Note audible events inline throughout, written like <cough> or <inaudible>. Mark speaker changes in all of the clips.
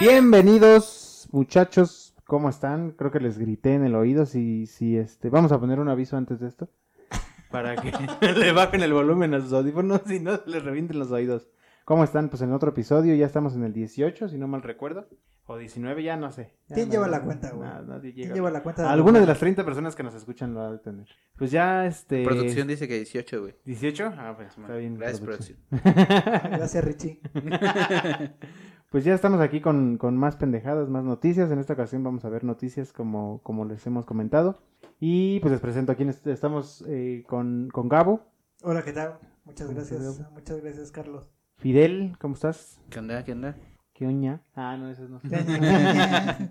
Speaker 1: Bienvenidos, muchachos. ¿Cómo están? Creo que les grité en el oído. Si, si este, vamos a poner un aviso antes de esto <laughs> para que <laughs> le bajen el volumen a sus audífonos y no se les revienten los oídos. ¿Cómo están? Pues en otro episodio ya estamos en el 18, si no mal recuerdo, o 19, ya no sé. Ya
Speaker 2: ¿Quién
Speaker 1: no-
Speaker 2: lleva la cuenta, güey?
Speaker 1: No, nadie
Speaker 2: ¿Quién
Speaker 1: llega.
Speaker 2: lleva la cuenta?
Speaker 1: Alguna de las 30 personas que nos escuchan lo ha de tener. Pues ya este
Speaker 3: Producción dice que 18, güey.
Speaker 1: 18, ah, pues está bien.
Speaker 3: Gracias,
Speaker 1: producción.
Speaker 3: producción.
Speaker 2: <laughs>
Speaker 1: <laughs>
Speaker 2: Gracias, Richie.
Speaker 1: Pues ya estamos aquí con, con más pendejadas, más noticias. En esta ocasión vamos a ver noticias como, como les hemos comentado. Y pues les presento a quienes estamos eh, con, con Gabo,
Speaker 2: Hola, ¿qué tal? Muchas
Speaker 1: ¿Cómo
Speaker 2: gracias.
Speaker 1: estás,
Speaker 2: Muchas
Speaker 1: <laughs>
Speaker 2: gracias, Carlos.
Speaker 1: Fidel, ¿cómo estás?
Speaker 3: ¿Qué onda? ¿Qué onda?
Speaker 1: ¿Qué oña? Ah, no, <laughs> eso no. <laughs>
Speaker 2: no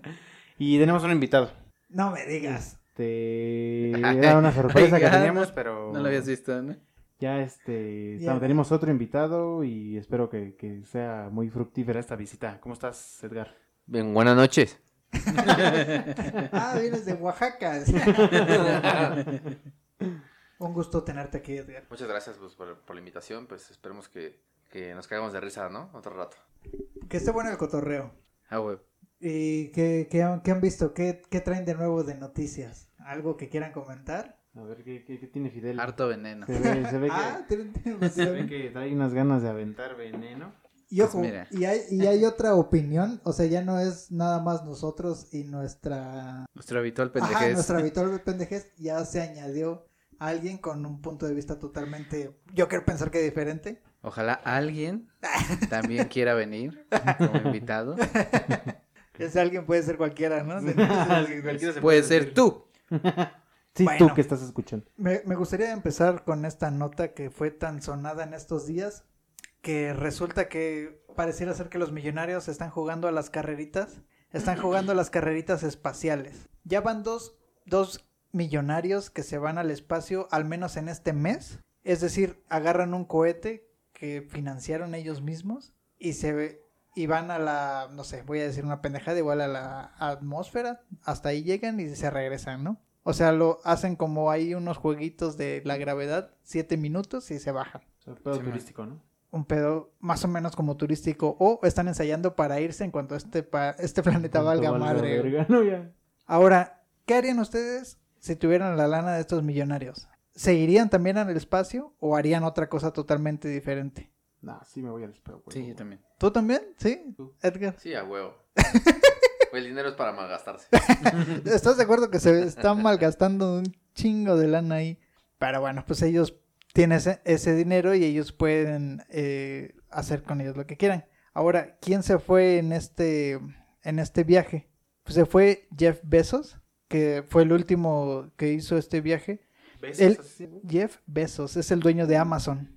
Speaker 1: y tenemos un invitado.
Speaker 2: me digas.
Speaker 1: Este, era una sorpresa que
Speaker 3: Oiga,
Speaker 1: teníamos, pero
Speaker 2: Oh.
Speaker 3: No lo habías visto, ¿no?
Speaker 1: ya este,
Speaker 2: Ya.
Speaker 1: estamos- tenemos otro invitado y espero que, que sea muy fructífera esta visita. ¿Cómo estás, Edgar?
Speaker 4: Bien, buenas
Speaker 3: <laughs>
Speaker 4: noches.
Speaker 2: Ah, vienes de Oaxaca. <laughs> Un gusto tenerte aquí, Edgar.
Speaker 4: Muchas gracias pues, por, por la invitación. Pues esperemos que, que nos caigamos de risa, ¿no? Otro rato.
Speaker 2: Que esté bueno el cotorreo.
Speaker 3: Ah, güey.
Speaker 2: ¿Y qué, qué han, qué han visto? ¿Qué, ¿Qué traen de nuevo de noticias? ¿Algo que quieran comentar?
Speaker 1: A ver, ¿qué, qué- qué tiene Fidel?
Speaker 3: Harto veneno.
Speaker 1: Se ve, se ve que...
Speaker 2: Ah, tienen-
Speaker 1: <laughs>
Speaker 2: tienen
Speaker 1: Se ve
Speaker 2: razón.
Speaker 1: que trae unas ganas de aventar <laughs> veneno.
Speaker 2: Y ojo,
Speaker 3: Pues mira.
Speaker 2: y, hay, y hay otra opinión, o sea, ya no es nada más nosotros y nuestra,
Speaker 3: Nuestro habitual
Speaker 2: Ajá,
Speaker 3: pendejez.
Speaker 2: Ah, nuestra habitual pendejez, ya se añadió alguien con un punto de vista totalmente, yo quiero pensar que diferente.
Speaker 3: Ojalá
Speaker 2: <laughs>
Speaker 3: alguien también quiera venir como invitado.
Speaker 2: Ese alguien puede ser cualquiera, ¿no?
Speaker 1: Ah,
Speaker 3: Puede ser tú.
Speaker 1: Sí,
Speaker 2: Bueno.
Speaker 1: tú que estás escuchando.
Speaker 2: Me, me gustaría empezar con esta nota que fue tan sonada en estos días, que resulta que pareciera ser que los millonarios están jugando a las carreritas, están jugando a las carreritas espaciales. Ya van dos, dos millonarios que se van al espacio, al menos en este mes, es decir, agarran un cohete que financiaron ellos mismos y se ve- y van a la, no sé, voy a decir una pendejada, igual a la atmósfera, hasta ahí llegan y se regresan, ¿no? O sea, lo hacen como hay unos jueguitos de la gravedad, siete minutos y se bajan.
Speaker 1: O sea, pedo
Speaker 3: Sí, man.
Speaker 1: turístico, ¿no?
Speaker 2: Un pedo más o menos como turístico o están ensayando para irse en cuanto este, pa- este planeta
Speaker 1: Tanto
Speaker 2: valga
Speaker 1: valga
Speaker 2: madre. güey.
Speaker 1: verga, no, ya.
Speaker 2: Ahora, ¿qué harían ustedes si tuvieran la lana de estos millonarios? ¿Se irían también al espacio o harían otra cosa totalmente diferente?
Speaker 1: No, sí me voy al espejo.
Speaker 3: Sí, yo también.
Speaker 2: ¿Tú también? ¿Sí?
Speaker 1: Tú.
Speaker 2: Edgar.
Speaker 4: Sí,
Speaker 2: <laughs>
Speaker 4: a huevo. el dinero es para malgastarse.
Speaker 2: ¿Estás de acuerdo que se están malgastando un chingo de lana ahí? Pero bueno, pues ellos tienen ese, ese dinero y ellos pueden eh, hacer con ellos lo que quieran. Ahora, ¿quién se fue en este, en este viaje? Pues se fue Jeff Bezos, que fue el último que hizo este viaje.
Speaker 1: ¿Ves?
Speaker 2: El-
Speaker 1: Así, güey.
Speaker 2: Jeff Bezos es el dueño de Amazon.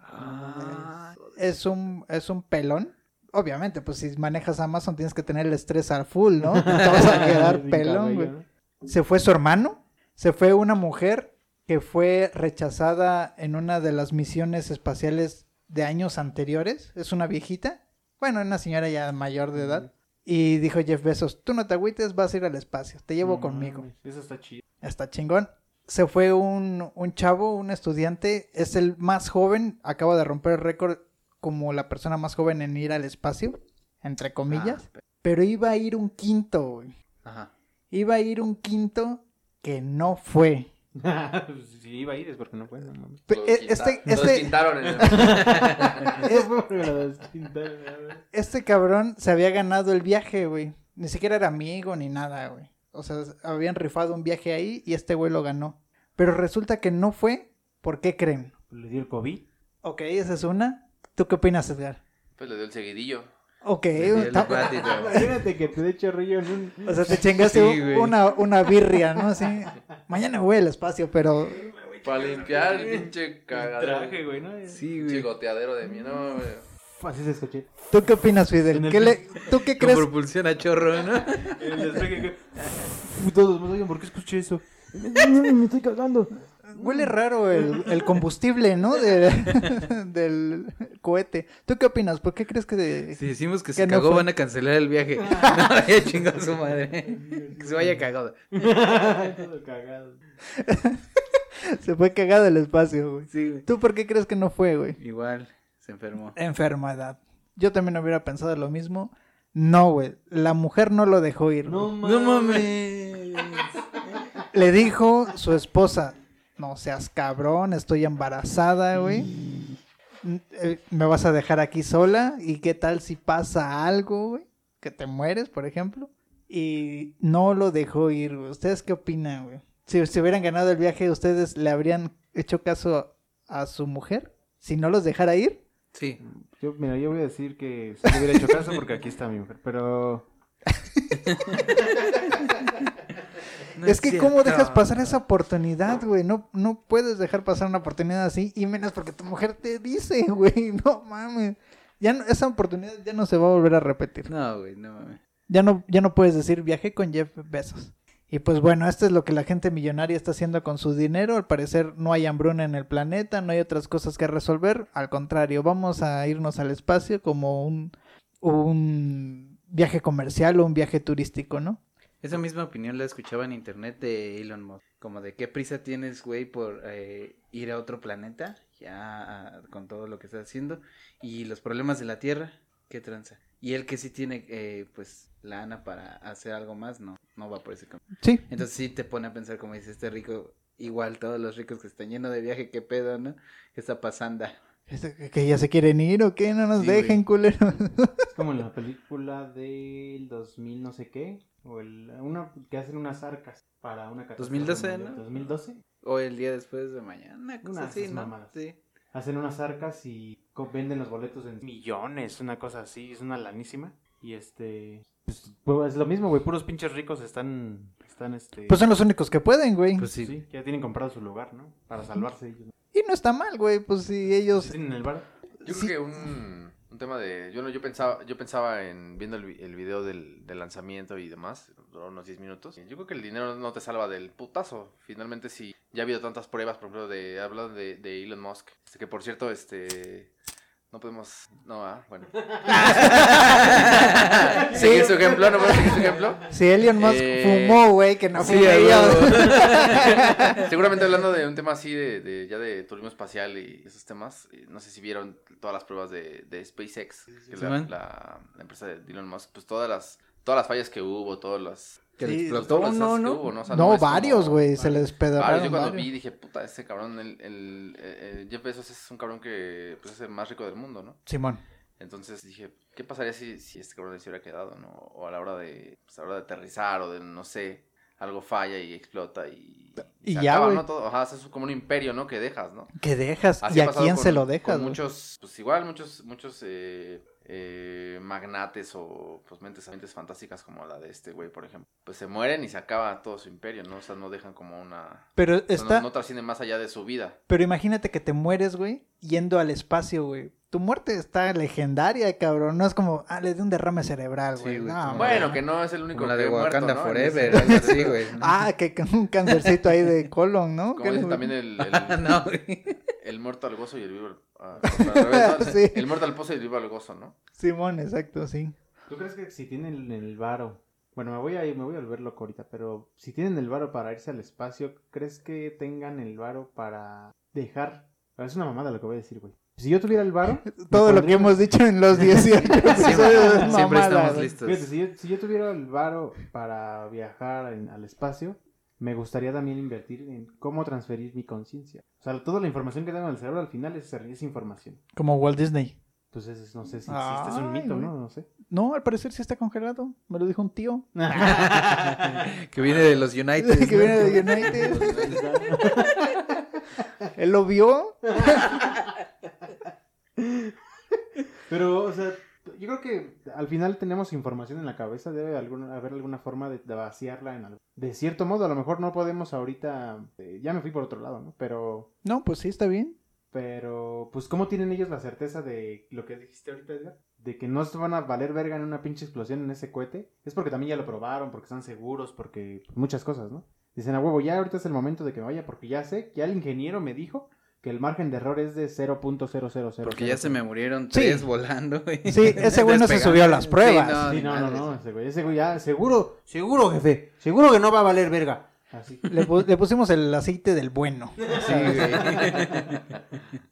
Speaker 1: Ah,
Speaker 2: Es un, es un pelón. Obviamente, pues si manejas Amazon tienes que tener el estrés al full, ¿no? Te vas
Speaker 1: <laughs>
Speaker 2: a quedar
Speaker 1: sin
Speaker 2: pelón, güey.
Speaker 1: cabello,
Speaker 2: Se fue su hermano, se fue una mujer que fue rechazada en una de las misiones espaciales de años anteriores. Es una viejita, bueno, una señora ya mayor de edad. Y dijo Jeff Bezos, tú no te agüites, vas a ir al espacio, te llevo
Speaker 1: No
Speaker 2: conmigo.
Speaker 1: mames, Eso está chido. <laughs>
Speaker 2: Está chingón. Se fue un, un chavo, un estudiante, es el más joven, acaba de romper el récord como la persona más joven en ir al espacio, entre comillas.
Speaker 3: Ah, pe-
Speaker 2: Pero iba a ir un quinto, güey.
Speaker 3: Ajá.
Speaker 2: Iba a ir un quinto que no fue.
Speaker 1: Pues, si iba a ir es porque no puede. No, mames.
Speaker 2: Pe-
Speaker 4: Lo
Speaker 2: e-
Speaker 4: quita-
Speaker 2: Este,
Speaker 4: Los
Speaker 2: este,
Speaker 4: pintaron
Speaker 2: <laughs>
Speaker 4: en el...
Speaker 1: <laughs> Es porque la destintaron, güey.
Speaker 2: este cabrón se había ganado el viaje, güey. Ni siquiera era amigo ni nada, güey. O sea, habían rifado un viaje ahí y este güey lo ganó. Pero resulta que no fue. ¿Por qué creen?
Speaker 1: Le dio el COVID.
Speaker 2: Ok, esa es una. ¿Tú qué opinas, Edgar?
Speaker 4: Pues le dio el seguidillo.
Speaker 2: Ok,
Speaker 3: dio el
Speaker 2: ta-
Speaker 3: cuatito.
Speaker 1: Imagínate que te dé chorrillo en un...
Speaker 2: o sea, te chingaste
Speaker 3: Sí,
Speaker 2: un-
Speaker 3: güey.
Speaker 2: una, una birria, ¿no? Sí. Mañana voy al espacio, pero
Speaker 4: Para limpiar el pinche
Speaker 1: traje,
Speaker 4: cagadero.
Speaker 1: güey, ¿no?
Speaker 3: Sí,
Speaker 4: Pinche
Speaker 3: güey.
Speaker 4: goteadero de mí, no, güey.
Speaker 1: Así se escuché.
Speaker 2: ¿tú qué opinas, Fidel?
Speaker 1: En el-
Speaker 2: ¿Qué le- ¿Tú qué
Speaker 3: Con
Speaker 2: crees?
Speaker 3: propulsión a chorro, ¿no?
Speaker 2: <laughs>
Speaker 1: El despegue que- Todos, oigan, ¿por qué escuché eso? Me estoy cagando.
Speaker 2: Huele raro el, el combustible, ¿no? De- <laughs> del cohete. ¿Tú qué opinas? ¿Por qué crees que de-
Speaker 3: Si decimos que se
Speaker 2: Que no
Speaker 3: cagó,
Speaker 2: fue.
Speaker 3: van a cancelar
Speaker 2: <laughs>
Speaker 3: el viaje. No, ya chingó a su madre. Que se vaya cagado.
Speaker 1: Todo cagado.
Speaker 2: se fue cagado el espacio, güey?
Speaker 3: Sí, güey.
Speaker 2: ¿Tú por qué crees que no fue, güey?
Speaker 3: Igual, se enfermó.
Speaker 2: Enfermedad. Yo también hubiera pensado lo mismo. No, güey. La mujer no lo dejó ir. güey.
Speaker 1: <laughs> No mames.
Speaker 2: Le dijo su esposa, no seas cabrón, estoy embarazada, güey. N- eh, Me vas a dejar aquí sola y qué tal si pasa algo, güey, que te mueres, por ejemplo. Y no lo dejó ir, güey. ¿Ustedes qué opinan, güey? Si se hubieran ganado el viaje, ¿ustedes le habrían hecho caso a su mujer? Si no los dejara ir.
Speaker 3: Sí.
Speaker 1: Yo, mira, yo voy a decir que si le hubiera hecho caso porque aquí está mi mujer, pero...
Speaker 2: es, que cómo dejas pasar esa oportunidad, güey. No, no puedes dejar pasar una oportunidad así y menos porque tu mujer te dice, <laughs> güey, no mames. Ya no- esa oportunidad ya no se va a volver a repetir.
Speaker 3: No, güey, no mames.
Speaker 2: Ya no, ya no puedes decir viajé con Jeff Bezos. Y pues bueno, esto es lo que la gente millonaria está haciendo con su dinero. Al parecer no hay hambruna en el planeta, no hay otras cosas que resolver. Al contrario, vamos a irnos al espacio como un, un viaje comercial o un viaje turístico, ¿no?
Speaker 3: Esa misma opinión la escuchaba en internet de Elon Musk. Como de qué prisa tienes, güey, por eh, ir a otro planeta, ya ah, con todo lo que estás haciendo, y los problemas de la Tierra, qué tranza. Y él que sí tiene, eh, pues, lana para hacer algo más, no, no va por ese camino.
Speaker 2: Sí.
Speaker 3: Entonces sí te pone a pensar, como dice este rico, igual todos los ricos que están llenos de viaje, qué pedo, ¿no? ¿Qué está pasando?
Speaker 2: Este, ¿Que ya se quieren ir o qué? No nos
Speaker 3: Sí,
Speaker 2: dejen, culero.
Speaker 1: Es como en la película del 2000 no sé qué, o el, una que hacen unas arcas para una catástrofe
Speaker 3: 2012,
Speaker 1: mundial.
Speaker 3: ¿no?
Speaker 1: 2012.
Speaker 3: O el día después de mañana, cosas
Speaker 1: Unas
Speaker 3: así, ¿no?
Speaker 1: mamadas.
Speaker 3: Sí.
Speaker 1: Hacen unas arcas y co- venden los boletos en millones, una cosa así, es una lanísima. Y este, pues, pues, es lo mismo, güey, puros pinches ricos están, están este...
Speaker 2: <laughs> Pues son los únicos que pueden, güey.
Speaker 3: Pues sí.
Speaker 1: sí, que ya tienen comprado su lugar, ¿no? Para salvarse ellos.
Speaker 2: Y no está mal, güey. Pues si ellos...
Speaker 1: Sí, tienen el bar?
Speaker 4: Yo
Speaker 2: Sí.
Speaker 4: creo que un, un tema de. Yo no, yo pensaba, yo pensaba en viendo el, vi- el video del, del lanzamiento y demás, duró unos 10 minutos. Yo creo que el dinero no te salva del putazo. Finalmente, si ya ha habido tantas pruebas, por ejemplo, de hablando de, de Elon Musk. Este, que por cierto, este. No podemos. No, ah, bueno. ¿Seguir su ejemplo? ¿No podemos seguir su ejemplo?
Speaker 2: Si Elon Musk
Speaker 4: Eh,
Speaker 2: fumó, güey, que <laughs> no
Speaker 4: sí,
Speaker 2: fumé
Speaker 4: a
Speaker 2: yo.
Speaker 3: <laughs>
Speaker 4: Seguramente hablando de un tema así de, de- ya de turismo espacial y esos temas, eh, no sé si vieron todas las pruebas de, de SpaceX, que es la,
Speaker 3: Simón.
Speaker 4: la- la empresa de Elon Musk, pues todas las todas las fallas que hubo, todas las
Speaker 3: Que le
Speaker 2: Sí,
Speaker 3: explotó,
Speaker 4: todas las
Speaker 3: no,
Speaker 4: cosas
Speaker 3: no.
Speaker 4: que hubo, pues, ¿no? O sea,
Speaker 2: No,
Speaker 4: es como-
Speaker 2: varios, güey. Se les
Speaker 4: varios. Yo
Speaker 2: pedaron
Speaker 4: cuando
Speaker 2: varios.
Speaker 4: vi dije, puta, este cabrón, el, el- eh, Jeff Bezos es un cabrón que pues, es el más rico del mundo, ¿no?
Speaker 2: Simón.
Speaker 4: Entonces dije, ¿qué pasaría si, si este cabrón se hubiera quedado, no? O a la hora de, pues, a la hora de aterrizar o de, no sé, algo falla y explota y...
Speaker 2: Y
Speaker 4: se
Speaker 2: ya,
Speaker 4: acaba,
Speaker 2: güey.
Speaker 4: ¿no? Todo, ajá, es como un imperio, ¿no? Que dejas, ¿no?
Speaker 2: ¿Qué dejas?
Speaker 4: Así
Speaker 2: ¿Y
Speaker 4: ha
Speaker 2: a
Speaker 4: pasado
Speaker 2: quién
Speaker 4: con-
Speaker 2: se lo
Speaker 4: con
Speaker 2: dejas, güey?
Speaker 4: muchos, pues igual, muchos, muchos eh, eh, magnates o pues mentes, mentes fantásticas como la de este güey, por ejemplo. Pues se mueren y se acaba todo su imperio, ¿no? O sea, no dejan como una...
Speaker 2: Pero
Speaker 4: o sea,
Speaker 2: está...
Speaker 4: No, no trascienden más allá de su vida.
Speaker 2: Pero imagínate que te mueres, güey, yendo al espacio, güey. Tu muerte está legendaria, cabrón. No es como, ah, le di un derrame cerebral,
Speaker 3: Sí,
Speaker 2: güey.
Speaker 3: güey,
Speaker 2: no,
Speaker 3: como-
Speaker 2: güey.
Speaker 4: Bueno, que no es el único
Speaker 3: Ah, Como la
Speaker 4: que
Speaker 3: de
Speaker 4: ha muerto,
Speaker 3: Wakanda
Speaker 4: ¿no? En ese- <laughs>
Speaker 3: Forever, algo así, <laughs> güey.
Speaker 2: Ah, que que un cancercito ahí de colon, ¿no?
Speaker 4: <laughs> Como
Speaker 2: Que
Speaker 4: dice
Speaker 2: le-
Speaker 4: también el- el,
Speaker 3: no, güey.
Speaker 4: El muerto al gozo y el vivo al...
Speaker 2: <laughs>
Speaker 4: ah, al revés, ¿no?
Speaker 2: Sí.
Speaker 4: El muerto al pozo y el vivo al gozo, ¿no?
Speaker 2: Simón, exacto, sí.
Speaker 1: ¿Tú crees que si tienen el varo? Bueno, me voy a ir, me voy a volver loco ahorita, pero si tienen el varo para irse al espacio, ¿crees que tengan el varo para dejar? Es una mamada lo que voy a decir, güey. Si yo tuviera el
Speaker 2: <laughs>
Speaker 1: varo, me
Speaker 2: Todo lo que
Speaker 1: pondría-
Speaker 2: hemos dicho en
Speaker 3: <laughs>
Speaker 2: los 18 episodios es
Speaker 3: <laughs> Siempre
Speaker 2: mamada,
Speaker 3: estamos
Speaker 2: güey.
Speaker 3: listos.
Speaker 1: Fíjate, si yo, si yo tuviera el varo para viajar en- al espacio, me gustaría también invertir en cómo transferir mi conciencia. O sea, toda la información que tengo en el cerebro al final es, es información.
Speaker 2: Como Walt Disney.
Speaker 1: Entonces, es- no sé si
Speaker 2: Ay,
Speaker 1: existe, es un mito,
Speaker 2: güey.
Speaker 1: ¿no? No sé.
Speaker 2: No, al parecer sí está congelado. Me lo dijo un tío.
Speaker 3: <laughs> Que viene de los United.
Speaker 2: <laughs> que viene de United. Él lo vio.
Speaker 1: Pero, o sea, yo creo que al final tenemos información en la cabeza, debe alguna- haber alguna forma de, de vaciarla en algo. De cierto modo, a lo mejor no podemos ahorita, eh, ya me fui por otro lado, ¿no? Pero,
Speaker 2: No, pues sí, está bien.
Speaker 1: pero, pues, ¿cómo tienen ellos la certeza de lo que dijiste ahorita, Edgar? De que no se van a valer verga en una pinche explosión en ese cohete. Es porque también ya lo probaron, porque están seguros, porque muchas cosas, ¿no? Dicen, a huevo, ya ahorita es el momento de que me vaya, porque ya sé, ya el ingeniero me dijo que el margen de error es de 0.0000.
Speaker 3: <laughs> Porque ya se me murieron
Speaker 2: Sí.
Speaker 3: tres volando, güey.
Speaker 2: <laughs> Sí, ese güey no se
Speaker 3: Despegando. <laughs>
Speaker 2: subió a las pruebas.
Speaker 1: Sí, no, no,
Speaker 3: madres.
Speaker 1: no, ese güey, ese güey ya, seguro, seguro, jefe, seguro que no va a valer verga. Así.
Speaker 2: Le, pu- le pusimos el aceite del bueno.
Speaker 3: Sí, güey.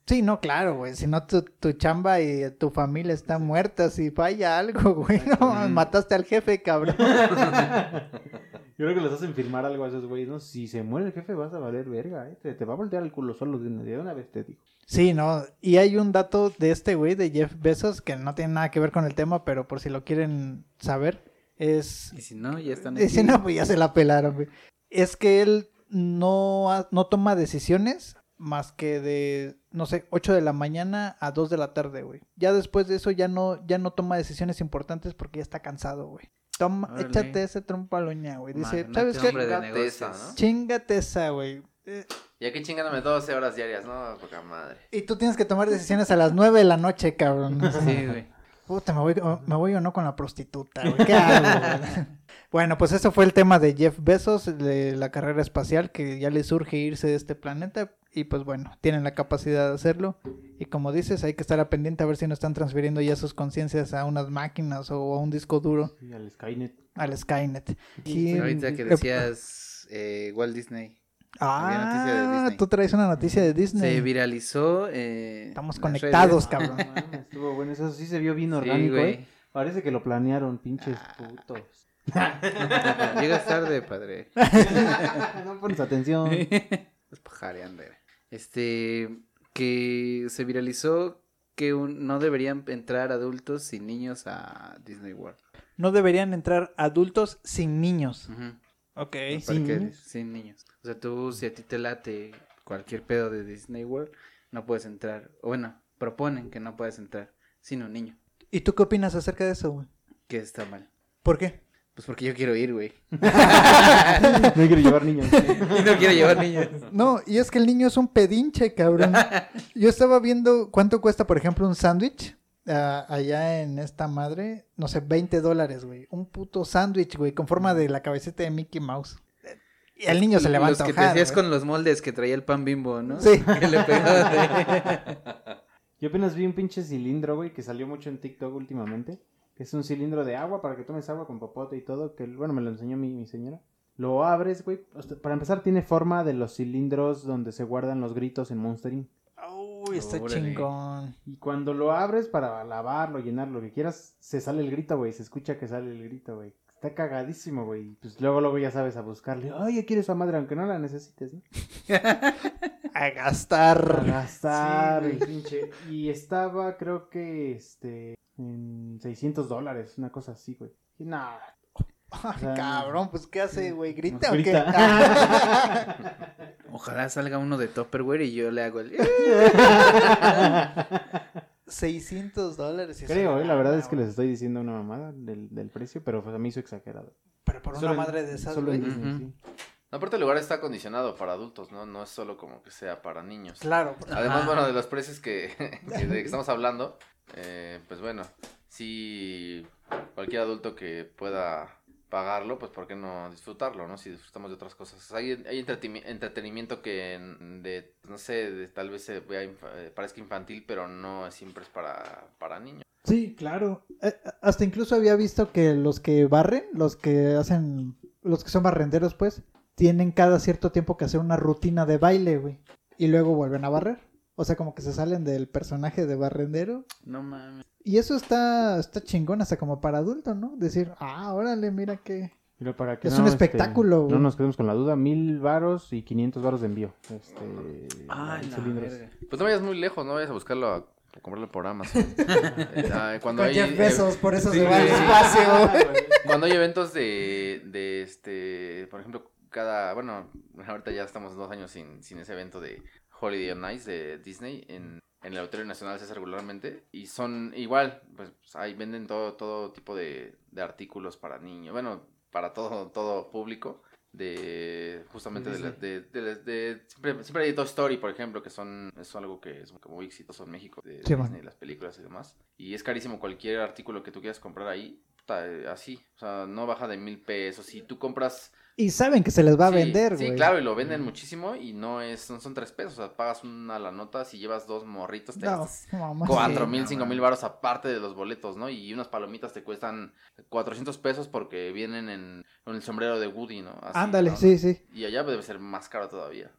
Speaker 2: Sí, no, claro, güey. Si no, tu, tu chamba y tu familia está muerta. Si falla algo, <laughs> güey. No,
Speaker 3: Ujú.
Speaker 2: mataste al jefe, cabrón.
Speaker 1: Yo creo que les hacen firmar algo a esos güeyes, ¿no? Si se muere el jefe vas a valer verga, ¿eh? Te, te va a voltear el culo solo de una- de una vez, <laughs> te digo.
Speaker 2: Sí, no. Y hay un dato de este güey, de Jeff Bezos, que no tiene nada que ver con el tema, pero por si lo quieren saber, es
Speaker 3: Y si no,
Speaker 2: <laughs>
Speaker 3: ya están
Speaker 2: Dice,
Speaker 3: aquí.
Speaker 2: no, pues ya se la pelaron, güey". Es que él no, ha- no toma decisiones más que de, no sé, 8 de la mañana a 2 de la tarde, güey. Ya después de eso ya no, ya no toma decisiones importantes porque ya está cansado, güey. Toma,
Speaker 3: Órale.
Speaker 2: échate ese trompo a la uña, güey. Dice,
Speaker 3: Magnate,
Speaker 2: ¿sabes qué?
Speaker 3: hombre de
Speaker 4: Chingate
Speaker 3: negocios.
Speaker 4: esa, ¿no?
Speaker 2: Chingate esa, güey. Eh,
Speaker 4: Y aquí chingándome 12 horas diarias, ¿no? Poca madre.
Speaker 2: Y tú tienes que tomar decisiones a las 9 de la noche, cabrón.
Speaker 3: Sí, güey.
Speaker 2: Puta, me voy, o- me voy o no con la prostituta, güey. ¿Qué hago, güey? bueno, pues eso fue el tema de Jeff Bezos, de la carrera espacial, que ya le surge irse de este planeta. Y pues bueno, tienen la capacidad de hacerlo. Y como dices, hay que estar a pendiente a ver si no están transfiriendo ya sus conciencias a unas máquinas o a un disco duro,
Speaker 1: Y al Skynet.
Speaker 2: al Skynet.
Speaker 1: Sí,
Speaker 2: Y-
Speaker 3: Ahorita que
Speaker 2: eh,
Speaker 3: decías eh, Walt Disney. había noticia de
Speaker 2: Ah,
Speaker 3: Disney.
Speaker 2: tú traes una noticia de Disney.
Speaker 3: Se viralizó. eh,
Speaker 2: Estamos
Speaker 3: en las
Speaker 2: conectados,
Speaker 3: redes.
Speaker 2: cabrón.
Speaker 1: No mames, Estuvo bueno, eso sí se vio bien
Speaker 3: Sí,
Speaker 1: orgánico,
Speaker 3: güey.
Speaker 1: ¿eh? Parece que lo planearon, pinches putos. <laughs>
Speaker 3: Llegas tarde, padre.
Speaker 1: no pones
Speaker 3: <laughs>
Speaker 1: atención. <laughs>
Speaker 3: Los pajareando. eh. Este, que se viralizó que un- no deberían entrar adultos sin niños a Disney World.
Speaker 2: No deberían entrar adultos sin niños.
Speaker 3: Ujú.
Speaker 2: Ok.
Speaker 3: Los
Speaker 1: ¿sin
Speaker 3: parques
Speaker 1: niños?
Speaker 3: sin niños. O sea, tú, si a ti te late cualquier pedo de Disney World, no puedes entrar. O bueno, proponen que no puedes entrar sin un niño,
Speaker 2: ¿Y tú qué opinas acerca de eso, güey?
Speaker 3: que está mal.
Speaker 2: ¿Por qué?
Speaker 3: Pues porque yo quiero ir, güey.
Speaker 1: No quiero llevar niños.
Speaker 3: <laughs> Y no quiero llevar niños.
Speaker 2: No, y es que el niño es un pedinche, cabrón.
Speaker 3: <laughs>
Speaker 2: Yo estaba viendo cuánto cuesta, por ejemplo, un sándwich. ah, allá en esta madre, no sé, 20 dólares, güey. Un puto sándwich, güey, con forma de la cabeceta de Mickey Mouse. Y el niño se le va a
Speaker 3: Los que te
Speaker 2: antojar,
Speaker 3: hacías
Speaker 2: güey.
Speaker 3: con los moldes que traía el pan bimbo, ¿no?
Speaker 2: Sí.
Speaker 3: <laughs> Que le
Speaker 2: <laughs>
Speaker 3: pegabas de-
Speaker 1: <laughs> Yo apenas vi un pinche cilindro, güey, que salió mucho en TikTok últimamente. Que es un cilindro de agua para que tomes agua con popote y todo. Que, bueno, me lo enseñó mi, mi señora. Lo abres, güey. o sea, Para empezar, tiene forma de los cilindros donde se guardan los gritos en Monstering.
Speaker 2: Uy, está
Speaker 3: Órale.
Speaker 2: chingón.
Speaker 1: Y cuando lo abres para lavarlo, llenar lo que quieras, se sale el grito, güey. Se escucha que sale el grito, güey. Está cagadísimo, güey. Pues luego, luego ya sabes a buscarle. Oye, quieres a madre, aunque no la necesites, ¿no?
Speaker 2: A
Speaker 1: Para
Speaker 3: <laughs>
Speaker 2: gastar.
Speaker 1: gastar,
Speaker 2: Sí,
Speaker 1: el pinche. Y estaba, creo que, este, en 600 dólares, una cosa así, güey. Y nada.
Speaker 2: <laughs> Ay, cabrón, pues ¿qué hace, güey? ¿Grita
Speaker 1: nos
Speaker 2: o qué?
Speaker 1: grita.
Speaker 2: <laughs>
Speaker 3: Ojalá salga uno de Topperware y yo le hago el... "Eh,
Speaker 2: 600 dólares. y
Speaker 1: Creo,
Speaker 2: se-
Speaker 1: eh, la verdad es que
Speaker 2: Ah,
Speaker 1: les estoy diciendo una mamada del, del precio, pero pues, a mí hizo exagerado.
Speaker 2: Pero por una
Speaker 1: Solo en-
Speaker 2: madre de esas,
Speaker 1: Solo en
Speaker 2: güey.
Speaker 1: Disney,
Speaker 3: Ujú.
Speaker 1: sí.
Speaker 4: No, aparte el lugar está acondicionado para adultos, ¿no? No es solo como que sea para niños.
Speaker 2: Claro. porque-
Speaker 4: Además,
Speaker 3: Ajá.
Speaker 4: bueno, de los precios que, <laughs>
Speaker 2: <laughs>
Speaker 4: que de que estamos hablando, eh, pues bueno, si cualquier adulto que pueda pagarlo, pues ¿por qué no disfrutarlo, no? Si disfrutamos de otras cosas. Hay, hay entretimi- entretenimiento que en- de, no sé, de- tal vez se vea infa- eh, parezca infantil, pero no siempre es para, para niños.
Speaker 2: Sí, claro. Eh, hasta incluso había visto que los que barren, los que hacen, los que son barrenderos, pues, tienen cada cierto tiempo que hacer una rutina de baile, güey. Y luego vuelven a barrer. O sea, como que se salen del personaje de barrendero.
Speaker 3: No mames.
Speaker 2: Y eso está, está chingón, hasta como para adulto, ¿no? Decir, ah, órale, mira que...
Speaker 1: Pero para que
Speaker 2: Es
Speaker 1: no,
Speaker 2: un
Speaker 1: este,
Speaker 2: espectáculo, güey.
Speaker 1: no nos quedemos con la duda, mil varos y 500 varos de envío. Este,
Speaker 3: Ay, Ah, la
Speaker 1: cilindros.
Speaker 3: verga.
Speaker 4: Pues no vayas muy lejos, no vayas a buscarlo, a, a comprarlo por Amazon. Eh, ah, cuando hay, eh,
Speaker 2: por eso
Speaker 4: sí, se va al güey.
Speaker 2: espacio.
Speaker 4: Cuando hay eventos de, de este, por ejemplo, cada, bueno, ahorita ya estamos dos años sin, sin ese evento de Holiday on Ice de Disney en, en el Auditorio Nacional se hace regularmente y son igual, pues ahí venden todo, todo tipo de, de artículos para niños, bueno, para todo, todo público de justamente de, la- de, de, de- siempre, siempre hay Toy Story por ejemplo que son es algo que es como muy exitoso en México de
Speaker 2: Sí, man.
Speaker 4: Disney las películas y demás y es carísimo cualquier artículo que tú quieras comprar ahí puta, eh, así o sea no baja de mil pesos si tú compras
Speaker 2: Y saben que se les va a
Speaker 4: Sí,
Speaker 2: vender, güey.
Speaker 4: Sí, claro, y lo venden muchísimo y no es, no son tres pesos, o sea, pagas una la nota, si llevas dos morritos, te
Speaker 2: No,
Speaker 4: gastas
Speaker 2: mamá.
Speaker 4: cuatro
Speaker 3: Sí,
Speaker 4: mil,
Speaker 3: no,
Speaker 4: cinco mil
Speaker 3: mames.
Speaker 4: baros aparte de los boletos, ¿no? Y unas palomitas te cuestan 400 pesos porque vienen en, en el sombrero de Woody, ¿no? Así,
Speaker 2: Ándale,
Speaker 4: ¿no?
Speaker 2: sí, sí.
Speaker 4: Y allá debe ser más caro todavía.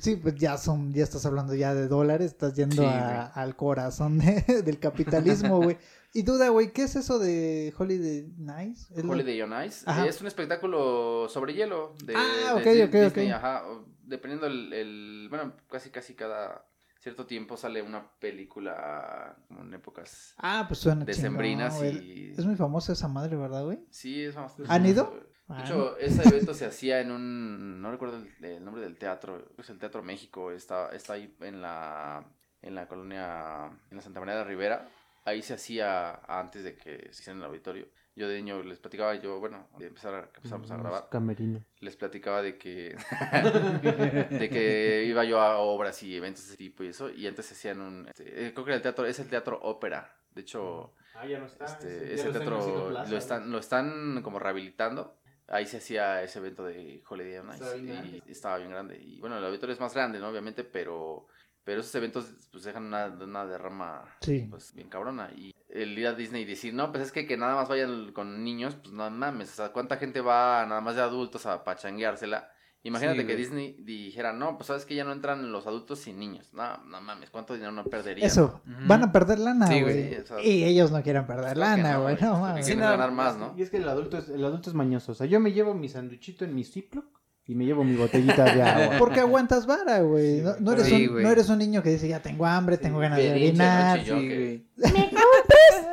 Speaker 2: Sí, pues ya son, ya estás hablando ya de dólares, estás yendo
Speaker 3: Sí,
Speaker 2: a-
Speaker 3: güey.
Speaker 2: al corazón de- <laughs> del capitalismo, güey. Y duda, güey, ¿qué es eso de Holiday Nights? ¿Es lo-
Speaker 4: Holiday on Ice
Speaker 2: Ajá.
Speaker 4: es un espectáculo sobre hielo de,
Speaker 2: Ah,
Speaker 4: de
Speaker 2: ok,
Speaker 4: Di-
Speaker 2: ok, ok.
Speaker 4: Disney, ajá, o- dependiendo el, el- bueno, casi casi cada cierto tiempo sale una película como en épocas
Speaker 2: Ah, pues suena
Speaker 4: decembrinas
Speaker 2: chingón, güey.
Speaker 4: y
Speaker 2: Es muy famosa esa madre, ¿verdad, güey?
Speaker 4: Sí, es más.
Speaker 2: ¿Han ido?
Speaker 4: De
Speaker 2: Ah,
Speaker 4: hecho, ese evento se hacía en un. No recuerdo el, el nombre del teatro. creo que Es el Teatro México. Está, está ahí en la. En la colonia. En la Santa María de la Rivera. Ahí se hacía antes de que se hiciera en el auditorio. Yo de niño les platicaba, yo, bueno, de empezar a, que empezamos a
Speaker 1: Los
Speaker 4: grabar,
Speaker 1: Camerinos.
Speaker 4: les platicaba de que. <laughs> de que iba yo a obras y eventos de ese tipo y eso. Y antes se hacían un. este, eh, creo que era el teatro. Es el teatro ópera. De hecho.
Speaker 1: Ah, ya no está.
Speaker 4: Este, ese teatro lo están, lo están como rehabilitando. Ahí se hacía ese evento de Holiday on Ice
Speaker 1: Estaba bien
Speaker 4: y
Speaker 1: grande.
Speaker 4: estaba bien grande. Y bueno, el auditorio es más grande, ¿no? Obviamente, pero, pero esos eventos pues dejan una, una derrama
Speaker 2: Sí.
Speaker 4: pues bien cabrona. Y el ir a Disney y decir, no, pues es que, que nada más vayan con niños, pues no mames. O sea, ¿cuánta gente va nada más de adultos a pachangueársela? Imagínate
Speaker 3: Sí,
Speaker 4: que
Speaker 3: güey.
Speaker 4: Disney dijera, no, pues sabes que ya no entran los adultos sin niños. No, no mames, ¿cuánto dinero no perdería?
Speaker 2: Eso,
Speaker 3: Ujú.
Speaker 2: van a perder lana,
Speaker 3: Sí,
Speaker 2: güey.
Speaker 4: güey, o sea,
Speaker 2: y ellos no quieren perder
Speaker 4: claro que
Speaker 2: lana,
Speaker 4: no,
Speaker 2: güey.
Speaker 4: güey.
Speaker 2: No,
Speaker 4: Sí,
Speaker 2: mames.
Speaker 4: quieren ganar más, ¿no?
Speaker 1: Y es que el adulto es, el adulto es mañoso. O sea, yo me llevo mi sanduchito en mi Ziploc y me llevo mi botellita de
Speaker 3: <laughs>
Speaker 1: agua.
Speaker 2: Porque aguantas vara, güey.
Speaker 1: Sí,
Speaker 2: No,
Speaker 1: güey.
Speaker 2: no eres
Speaker 3: Sí,
Speaker 2: un,
Speaker 3: güey.
Speaker 2: no eres un niño que dice, ya tengo hambre, tengo ganas de
Speaker 4: Berrinche, ¿no?
Speaker 2: orinar.
Speaker 4: Chillón,
Speaker 3: Sí,
Speaker 4: que-
Speaker 3: <laughs> güey.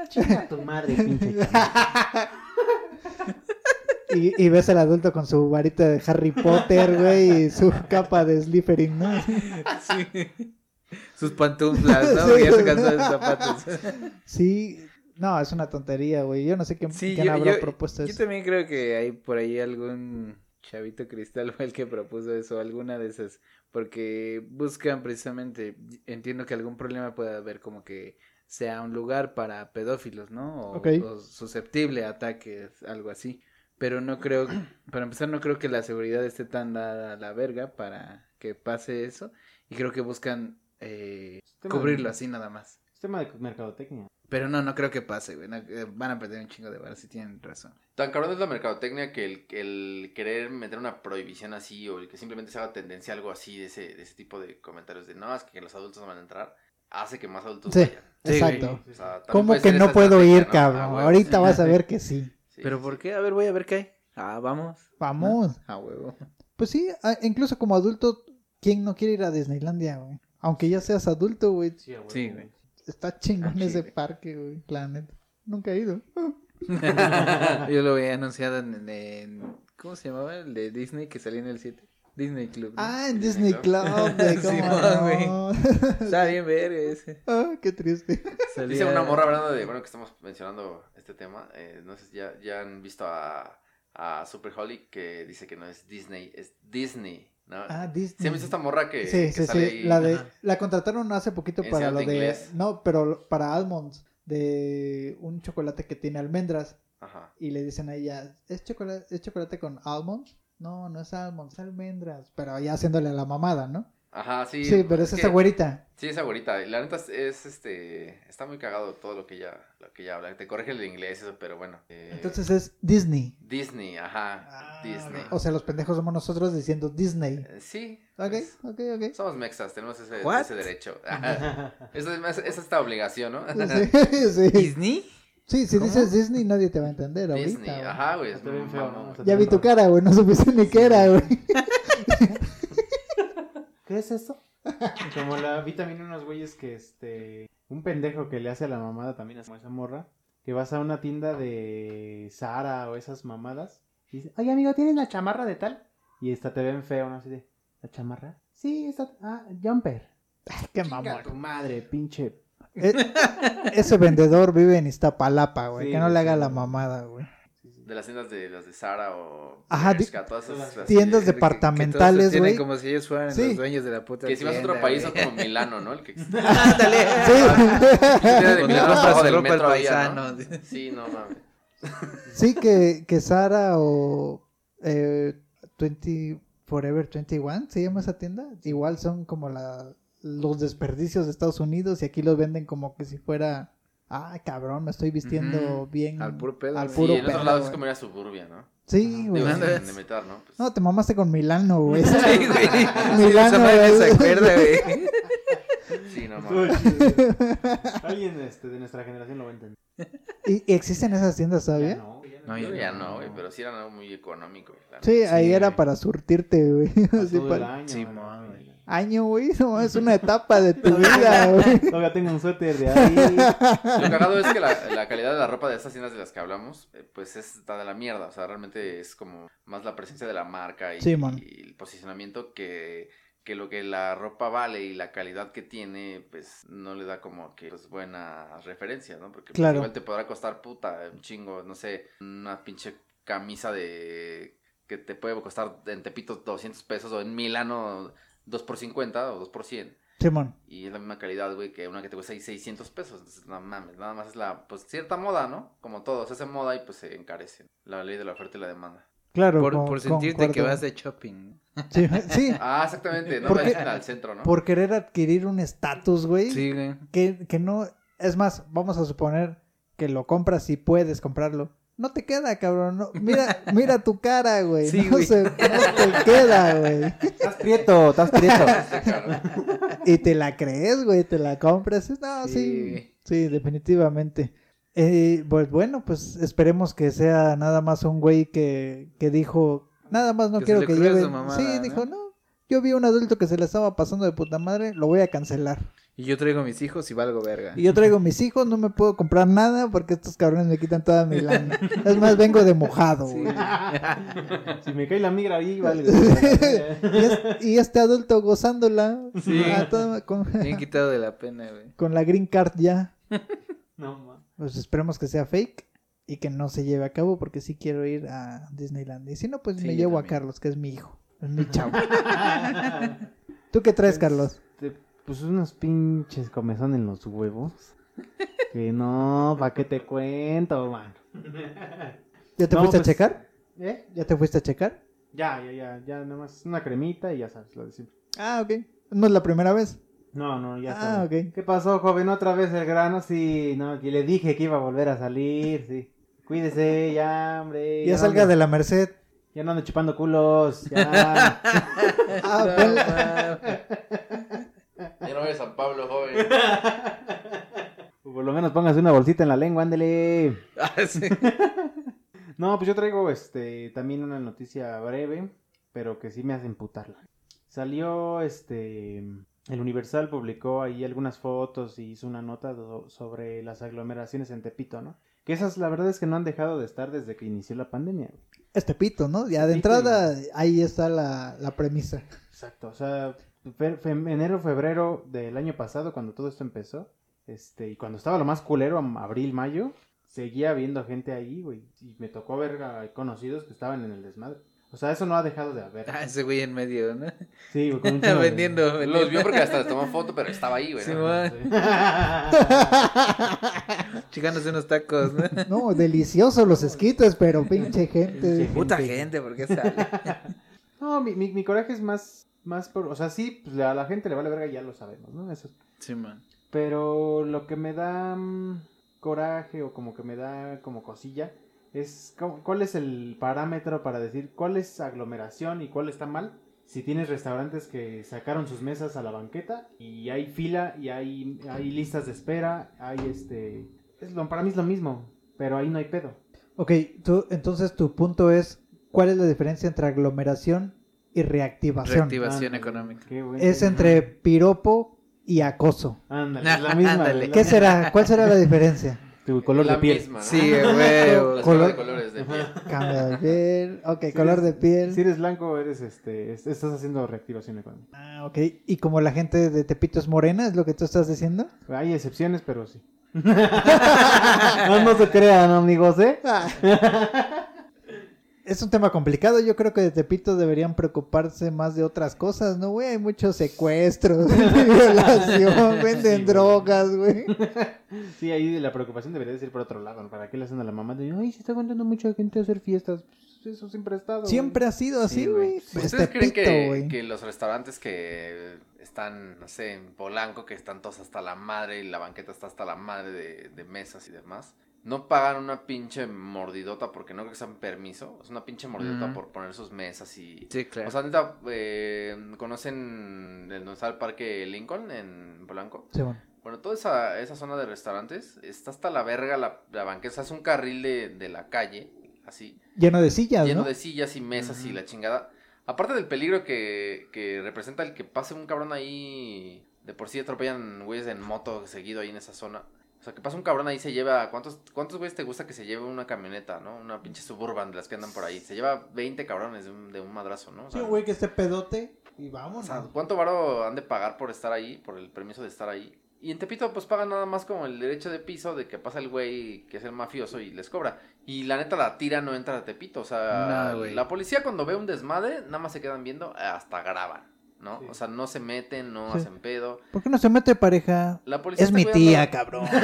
Speaker 1: Chinga tu madre, pinche chamaco.
Speaker 2: Y, y ves al adulto con su varita de Harry Potter, güey, y su capa de Slytherin, ¿no?
Speaker 3: Ah, Sí. Sus pantuflas, ¿no?
Speaker 2: Sí.
Speaker 3: Ya se cansó de sus zapatos.
Speaker 2: Sí, no, es una tontería, güey. Yo no sé quién,
Speaker 3: Sí,
Speaker 2: quién
Speaker 3: yo-
Speaker 2: habrá
Speaker 3: yo-
Speaker 2: propuesto
Speaker 3: Yo
Speaker 2: eso.
Speaker 3: también creo que hay por ahí algún chavito cristal o el que propuso eso, alguna de esas, porque buscan precisamente, entiendo que algún problema puede haber como que sea un lugar para pedófilos, ¿no? O,
Speaker 2: Ok.
Speaker 3: o susceptible a ataques, algo así. Pero no creo, <clears throat> para empezar, no creo que la seguridad esté tan dada a la verga para que pase eso. Y creo que buscan eh,
Speaker 1: Tema de-
Speaker 3: cubrirlo así nada más.
Speaker 1: Es tema de mercadotecnia.
Speaker 3: Pero no, no creo que pase, güey. no, eh, van a perder un chingo de bar, si tienen razón.
Speaker 4: Tan cabrón es la mercadotecnia que el, el querer meter una prohibición así o el que simplemente se haga tendencia a algo así de ese, de ese tipo de comentarios de no, es que los adultos no van a entrar, hace que más adultos
Speaker 2: Sí.
Speaker 4: vayan.
Speaker 3: Sí,
Speaker 2: Exacto.
Speaker 1: güey.
Speaker 4: O sea, también
Speaker 2: ¿Cómo
Speaker 4: puede
Speaker 2: que
Speaker 4: ser
Speaker 2: no
Speaker 4: esa
Speaker 2: puedo
Speaker 4: estrategia,
Speaker 2: ir,
Speaker 4: ¿no?
Speaker 2: cabrón?
Speaker 4: Ah, güey.
Speaker 2: Ahorita vas a
Speaker 3: <laughs>
Speaker 2: ver que sí.
Speaker 4: Sí,
Speaker 3: ¿Pero
Speaker 4: sí,
Speaker 3: por
Speaker 4: sí.
Speaker 3: qué? A ver, voy a ver qué hay. Ah, vamos.
Speaker 2: Vamos.
Speaker 3: A huevo.
Speaker 2: Pues sí, a- incluso como adulto, ¿quién no quiere ir a Disneylandia, güey? Aunque ya seas adulto, güey.
Speaker 1: Sí, güey.
Speaker 3: Sí,
Speaker 1: <laughs>
Speaker 3: güey.
Speaker 2: Está chingón
Speaker 3: Ah, sí,
Speaker 2: ese
Speaker 3: güey.
Speaker 2: parque, güey. La neta. Nunca he ido.
Speaker 3: Yo lo había anunciado en, en- ¿Cómo se llamaba? El de Disney que salía en el 7. Disney Club. ¿no?
Speaker 2: Ah, en Disney
Speaker 4: Disney
Speaker 2: Club,
Speaker 3: <laughs>
Speaker 2: güey.
Speaker 3: Sí,
Speaker 2: ¿cómo
Speaker 3: güey.
Speaker 2: no?
Speaker 3: <laughs> Está bien ver ese.
Speaker 2: <laughs> Ah, qué triste.
Speaker 3: Salía-
Speaker 4: Dice una morra hablando <laughs> de, bueno, que estamos mencionando este tema, eh, no sé si ya, ya han visto a, a Super Holly que dice que no es Disney, es Disney, ¿no?
Speaker 2: Ah, Disney.
Speaker 4: ¿Sí han visto esta morra que,
Speaker 2: Sí,
Speaker 4: que
Speaker 2: sí,
Speaker 4: sale
Speaker 2: sí.
Speaker 4: ahí?
Speaker 2: La, de,
Speaker 3: Ajá.
Speaker 2: la contrataron hace poquito
Speaker 4: Ese
Speaker 2: para lo de.
Speaker 4: alto inglés.
Speaker 2: No, pero para Almonds. De un chocolate que tiene almendras.
Speaker 4: Ajá.
Speaker 2: Y le dicen a ella: ¿Es chocolate, ¿es chocolate con almonds? No, no es almonds, es almendras. Pero ya haciéndole la mamada, ¿no?
Speaker 4: Ajá, sí.
Speaker 2: Sí, pero es
Speaker 4: que-
Speaker 2: esta güerita.
Speaker 4: Sí, esa güerita. y La neta es, es, este. Está muy cagado todo lo que ella, lo que ella habla. Te corrige el inglés, eso, pero bueno. Eh,
Speaker 2: Entonces es Disney.
Speaker 4: Disney, ajá.
Speaker 1: Ah.
Speaker 4: Disney.
Speaker 2: O sea, los pendejos somos nosotros diciendo Disney.
Speaker 4: Eh, sí.
Speaker 2: Ok,
Speaker 4: es-
Speaker 2: ok, ok.
Speaker 4: somos mexas, tenemos ese,
Speaker 3: What?
Speaker 4: ese derecho.
Speaker 2: <laughs>
Speaker 4: esa, es, esa es esta obligación, ¿no?
Speaker 2: Pues,
Speaker 4: <laughs>
Speaker 2: Sí, sí.
Speaker 3: ¿Disney?
Speaker 2: Sí, si
Speaker 3: ¿Cómo?
Speaker 2: dices Disney nadie te va a entender ahorita.
Speaker 4: <laughs> Disney,
Speaker 2: güey.
Speaker 4: ajá, güey. es
Speaker 1: Está bien
Speaker 4: un
Speaker 1: Ah, feo,
Speaker 4: mamón.
Speaker 1: ¿no? Está
Speaker 2: Ya vi tu
Speaker 1: Temprano.
Speaker 2: cara, güey, no supiste ni qué era, güey. <laughs>
Speaker 1: ¿Qué es esto? <laughs> Como la vi también unos güeyes que este. Un pendejo que le hace a la mamada también es como esa morra. Que vas a una tienda de Sara o esas mamadas. Y dice, oye amigo, ¿tienes la chamarra de tal? Y esta te ven feo, ¿no? Así de. ¿La chamarra? Sí, esta. Ah, jumper.
Speaker 2: Qué
Speaker 1: Chinga
Speaker 2: mamón.
Speaker 1: tu madre, pinche.
Speaker 2: Eh, ese vendedor vive en Iztapalapa, güey.
Speaker 1: Sí,
Speaker 2: que no le haga
Speaker 1: sí,
Speaker 2: la
Speaker 1: güey.
Speaker 2: mamada, güey.
Speaker 4: De las tiendas de las de Sara o
Speaker 2: Ajá, di-
Speaker 4: Bershka, todas esas así
Speaker 2: Tiendas
Speaker 4: de-
Speaker 2: departamentales,
Speaker 3: Que todos
Speaker 2: güey.
Speaker 3: tienen <laughs> como si ellos fueran
Speaker 2: Sí.
Speaker 3: los dueños de la puta
Speaker 4: Que si vas a otro
Speaker 3: tienda,
Speaker 4: país son
Speaker 3: <laughs> güey.
Speaker 4: como Milano,
Speaker 2: <laughs>
Speaker 4: ¿no? El que existe.
Speaker 3: Ándale.
Speaker 4: Tiene de
Speaker 3: Con
Speaker 4: Milano
Speaker 3: ropa-
Speaker 4: abajo del
Speaker 3: ropa
Speaker 4: metro ahí,
Speaker 3: paisano.
Speaker 4: ¿no? Sí, no mames.
Speaker 2: Sí, que, que Sara o eh, 20 Forever 21, se llama esa tienda. Igual son como la, los desperdicios de Estados Unidos y aquí los venden como que si fuera, ah, cabrón, me estoy vistiendo
Speaker 3: Ujú,
Speaker 2: bien.
Speaker 3: al puro pedo,
Speaker 2: Al
Speaker 3: sí,
Speaker 4: Sí,
Speaker 2: puro
Speaker 4: en otro
Speaker 2: pedo,
Speaker 4: lado es
Speaker 2: güey.
Speaker 4: como ir a suburbia, ¿no?
Speaker 2: Sí, güey.
Speaker 4: Digo,
Speaker 3: Nada
Speaker 4: sin
Speaker 3: más.
Speaker 4: imitar, ¿no? Pues,
Speaker 2: No, te mamaste con Milano, güey.
Speaker 3: <laughs> Sí, güey.
Speaker 2: Milano,
Speaker 3: Esa madre se
Speaker 2: güey.
Speaker 3: acuerda, güey.
Speaker 4: Sí, no
Speaker 1: Estuvo
Speaker 4: mames.
Speaker 1: chido. Alguien este, de nuestra generación lo va a entender.
Speaker 2: ¿Y, y existen esas tiendas todavía?
Speaker 1: Ya no, ya
Speaker 3: No,
Speaker 4: Yo ya no, güey, pero sí era algo muy económico, güey. la neta.
Speaker 2: Sí, ahí
Speaker 3: Sí,
Speaker 2: era
Speaker 3: güey.
Speaker 2: para surtirte, güey.
Speaker 1: Para
Speaker 2: <laughs> Así
Speaker 1: todo el
Speaker 2: para-
Speaker 1: año,
Speaker 3: Sí,
Speaker 1: mano.
Speaker 3: mami.
Speaker 2: Año, güey, no,
Speaker 3: <laughs>
Speaker 2: es una etapa de tu vida, güey.
Speaker 1: Todavía tengo un suéter de ahí.
Speaker 4: Lo
Speaker 2: <laughs>
Speaker 4: cagado es que la, la calidad de la ropa de estas tiendas de las que hablamos, eh, pues es está de la mierda. O sea, realmente es como más la presencia de la marca y,
Speaker 2: Sí, man.
Speaker 4: y el posicionamiento que, que lo que la ropa vale y la calidad que tiene, pues no le da como que pues, buenas referencias, ¿no? Porque pues,
Speaker 2: Claro.
Speaker 4: igual te podrá costar puta un chingo, no sé, una pinche camisa de que te puede costar en Tepito 200 pesos o en Milano 2 por 50 o 2 por 100.
Speaker 2: Simón,
Speaker 4: Y es la misma calidad, güey, que una que te cuesta ahí 600 pesos. Entonces, no mames, nada más es la, pues, cierta moda, ¿no? Como todo, se hace moda y pues se encarece. La ley de la oferta y la demanda.
Speaker 2: claro.
Speaker 3: Por,
Speaker 2: con-
Speaker 3: por sentirte que
Speaker 2: concuerdo.
Speaker 3: vas de shopping.
Speaker 2: Sí,
Speaker 3: <laughs>
Speaker 2: sí,
Speaker 4: Ah, exactamente, no
Speaker 2: ¿Por
Speaker 4: la
Speaker 2: qué?
Speaker 4: dicen al centro, ¿no?
Speaker 2: por querer adquirir un estatus, güey.
Speaker 3: Sí, güey.
Speaker 2: Que, que no... Es más, vamos a suponer que lo compras y puedes comprarlo. No te queda, cabrón. no- mira, mira tu cara, güey.
Speaker 3: Sí,
Speaker 2: no,
Speaker 3: güey.
Speaker 2: se- no te queda, güey.
Speaker 1: Estás prieto, estás prieto.
Speaker 4: Está caro.
Speaker 2: <laughs> Y te la crees, güey, te la compras. No,
Speaker 3: Sí,
Speaker 2: Ah, sí.
Speaker 3: güey.
Speaker 2: Sí, definitivamente. Eh, pues bueno, pues esperemos que sea nada más un güey que, que dijo, nada más no
Speaker 3: Que se
Speaker 2: quiero
Speaker 3: le
Speaker 2: que
Speaker 3: ocurrió
Speaker 2: lleve.
Speaker 3: su mamada,
Speaker 2: sí,
Speaker 3: ¿no?
Speaker 2: dijo, no, yo vi a un adulto que se la estaba pasando de puta madre, lo voy a cancelar.
Speaker 3: Y yo traigo a mis hijos y valgo verga.
Speaker 2: Y yo traigo mis hijos, no me puedo comprar nada porque estos cabrones me quitan toda mi lana. Es más, vengo de mojado,
Speaker 3: Sí.
Speaker 2: güey.
Speaker 1: Si me cae la migra ahí, vale.
Speaker 2: Y, es- y este adulto gozándola
Speaker 3: Sí.
Speaker 2: a toda- con,
Speaker 3: Bien quitado de la pena, güey.
Speaker 2: con la green card ya.
Speaker 1: <laughs> No, ma.
Speaker 2: Pues esperemos que sea fake y que no se lleve a cabo porque sí quiero ir a Disneyland. Y si no, pues
Speaker 3: Sí,
Speaker 2: me
Speaker 3: yo
Speaker 2: llevo a
Speaker 3: también.
Speaker 2: Carlos, que es mi hijo. Es mi chavo. ¿Tú qué traes, Carlos?
Speaker 1: Este, pues unos pinches comezón en los huevos. Que no, ¿para qué te cuento, mano?
Speaker 2: ¿Ya te
Speaker 1: No,
Speaker 2: fuiste
Speaker 1: pues-
Speaker 2: a checar?
Speaker 1: ¿Eh?
Speaker 2: ¿Ya te fuiste a checar?
Speaker 1: Ya, ya, ya, ya, nada más una cremita y ya sabes, lo de siempre.
Speaker 2: Ah, ok. No es la primera vez.
Speaker 1: No, no, ya
Speaker 2: Ah,
Speaker 1: sabes.
Speaker 2: ok.
Speaker 1: ¿Qué pasó, joven? ¿Otra vez el grano? Sí, no, que le dije que iba a volver a salir, sí. Cuídese, ya, hombre.
Speaker 2: ya
Speaker 1: no
Speaker 2: salga
Speaker 1: ando-
Speaker 2: de la Merced.
Speaker 1: Ya no ando chupando culos,
Speaker 2: <laughs>
Speaker 1: ya.
Speaker 2: Ah,
Speaker 3: No,
Speaker 2: ven-
Speaker 3: mames.
Speaker 4: Ya no ves San Pablo, joven.
Speaker 1: O Por lo menos póngase una bolsita en la lengua, ándele.
Speaker 3: Ah, sí.
Speaker 1: No, pues yo traigo este también una noticia breve, pero que sí me hace emputarla. Salió este el Universal publicó ahí algunas fotos y hizo una nota do- sobre las aglomeraciones en Tepito, ¿no? Que esas la verdad es que no han dejado de estar desde que inició la pandemia. güey.
Speaker 2: Este pito, ¿no? Ya de
Speaker 1: Este pito.
Speaker 2: entrada, ahí está la, la premisa.
Speaker 1: Exacto, o sea, fe- fe- enero, febrero del año pasado, cuando todo esto empezó, este, y cuando estaba lo más culero, am- abril, mayo, seguía viendo gente ahí, güey, y me tocó ver a conocidos que estaban en el desmadre. O sea, eso no ha dejado de
Speaker 3: <laughs>
Speaker 1: haber.
Speaker 3: Ah, ese güey en medio, ¿no?
Speaker 1: Sí, güey, con un chingo de-
Speaker 3: <laughs> vendiendo,
Speaker 4: Los
Speaker 3: vendiendo.
Speaker 4: vio porque hasta les tomó foto, pero estaba ahí, güey.
Speaker 3: Sí,
Speaker 4: ¿no?
Speaker 3: man. Chicándose unos tacos,
Speaker 4: <laughs>
Speaker 3: ¿no?
Speaker 2: No, deliciosos los esquites, pero pinche gente.
Speaker 1: Pinche
Speaker 3: Puta gente, ¿por qué sale?
Speaker 1: <laughs> No, mi, mi, mi coraje es más, más por, o sea, sí, pues, a la gente le vale verga, ya lo sabemos, ¿no? Eso
Speaker 3: Sí, man.
Speaker 1: Pero lo que me da mm, coraje o como que me da como cosilla es cu- cuál es el parámetro para decir cuál es aglomeración y cuál está mal. Si tienes restaurantes que sacaron sus mesas a la banqueta y hay fila y hay, hay listas de espera, hay este... Es lo, para mí es lo mismo, pero ahí no hay pedo.
Speaker 2: Ok, tú, entonces tu punto es, ¿cuál es la diferencia entre aglomeración y reactivación?
Speaker 3: Reactiva- Activación
Speaker 1: Ándale,
Speaker 3: económica.
Speaker 1: qué buen
Speaker 2: Es
Speaker 1: tema.
Speaker 2: entre piropo y acoso.
Speaker 1: Ándale, es la misma.
Speaker 3: Ándale.
Speaker 1: ¿verdad?
Speaker 2: ¿Qué será? ¿Cuál será la diferencia?
Speaker 1: Tu color
Speaker 4: La
Speaker 1: de piel.
Speaker 4: misma, ¿no?
Speaker 3: Sí,
Speaker 4: Las
Speaker 3: güey.
Speaker 2: eh, Color-
Speaker 4: de colores de piel.
Speaker 2: Cambio de piel. Ok,
Speaker 1: Si
Speaker 2: color de
Speaker 1: eres-
Speaker 2: piel.
Speaker 1: Si eres blanco, eres este, es- estás haciendo reactivación económica.
Speaker 2: Ah, ok. ¿Y como la gente de Tepito es morena, es lo que tú estás diciendo?
Speaker 1: Hay excepciones, pero sí. <laughs> no, no se crean, amigos, ¿eh?
Speaker 2: Es un tema complicado. Yo creo que de Tepito deberían preocuparse más de otras cosas, ¿no, güey? Hay muchos secuestros, <laughs> violación, venden
Speaker 1: güey.
Speaker 2: drogas, güey.
Speaker 1: Sí, ahí la preocupación debería de ser por otro lado. ¿no? ¿Para qué le hacen a la mamá de, ay, se está aguantando mucha gente a hacer fiestas? Pues, eso siempre ha estado. güey.
Speaker 5: Siempre ha sido así,
Speaker 3: Sí,
Speaker 5: güey.
Speaker 3: güey.
Speaker 5: Pues
Speaker 4: ¿Ustedes creen
Speaker 5: Tepito,
Speaker 4: que,
Speaker 5: güey.
Speaker 4: que los restaurantes que están, no sé, en Polanco, que están todos hasta la madre y la banqueta está hasta la madre de, de mesas y demás, no pagan una pinche mordidota porque no creo que sean permiso? Es una pinche mordidota
Speaker 3: Ujú.
Speaker 4: por poner sus mesas y...
Speaker 3: Sí, claro.
Speaker 4: O sea, neta, eh, ¿conocen el donde está el parque Lincoln en Polanco?
Speaker 5: Sí, bueno.
Speaker 4: Bueno, toda esa, esa zona de restaurantes está hasta la verga la, la banqueta. O sea, es un carril de, de la calle, así
Speaker 5: Lleno de sillas,
Speaker 4: lleno
Speaker 5: ¿no?
Speaker 4: de sillas y mesas y
Speaker 3: Ujú.
Speaker 4: la chingada. Aparte del peligro que, que representa el que pase un cabrón ahí, de por sí atropellan güeyes en moto seguido ahí en esa zona. O sea, que pase un cabrón ahí se lleva, ¿cuántos, cuántos güeyes te gusta que se lleve una camioneta, no? Una pinche Suburban de las que andan por ahí. Se lleva 20 cabrones de un, de un madrazo, ¿no? O
Speaker 5: Sí,
Speaker 4: sea,
Speaker 5: un güey que esté pedote y
Speaker 4: o
Speaker 5: vámonos.
Speaker 4: sea, ¿cuánto varo han de pagar por estar ahí, por el permiso de estar ahí? Y en Tepito, pues pagan nada más como el derecho de piso de que pasa el güey que es el mafioso y les cobra. Y la neta, la tira no entra a Tepito. O sea,
Speaker 3: No, güey.
Speaker 4: la policía cuando ve un desmadre, nada más se quedan viendo, eh, hasta graban, ¿no?
Speaker 1: Sí.
Speaker 4: O sea, no se meten, no
Speaker 5: Sí.
Speaker 4: hacen pedo.
Speaker 5: ¿Por qué no se mete pareja?
Speaker 4: La policía
Speaker 5: Es
Speaker 4: está
Speaker 5: mi
Speaker 4: cuidando-
Speaker 5: tía,
Speaker 4: <laughs>
Speaker 5: cabrón. No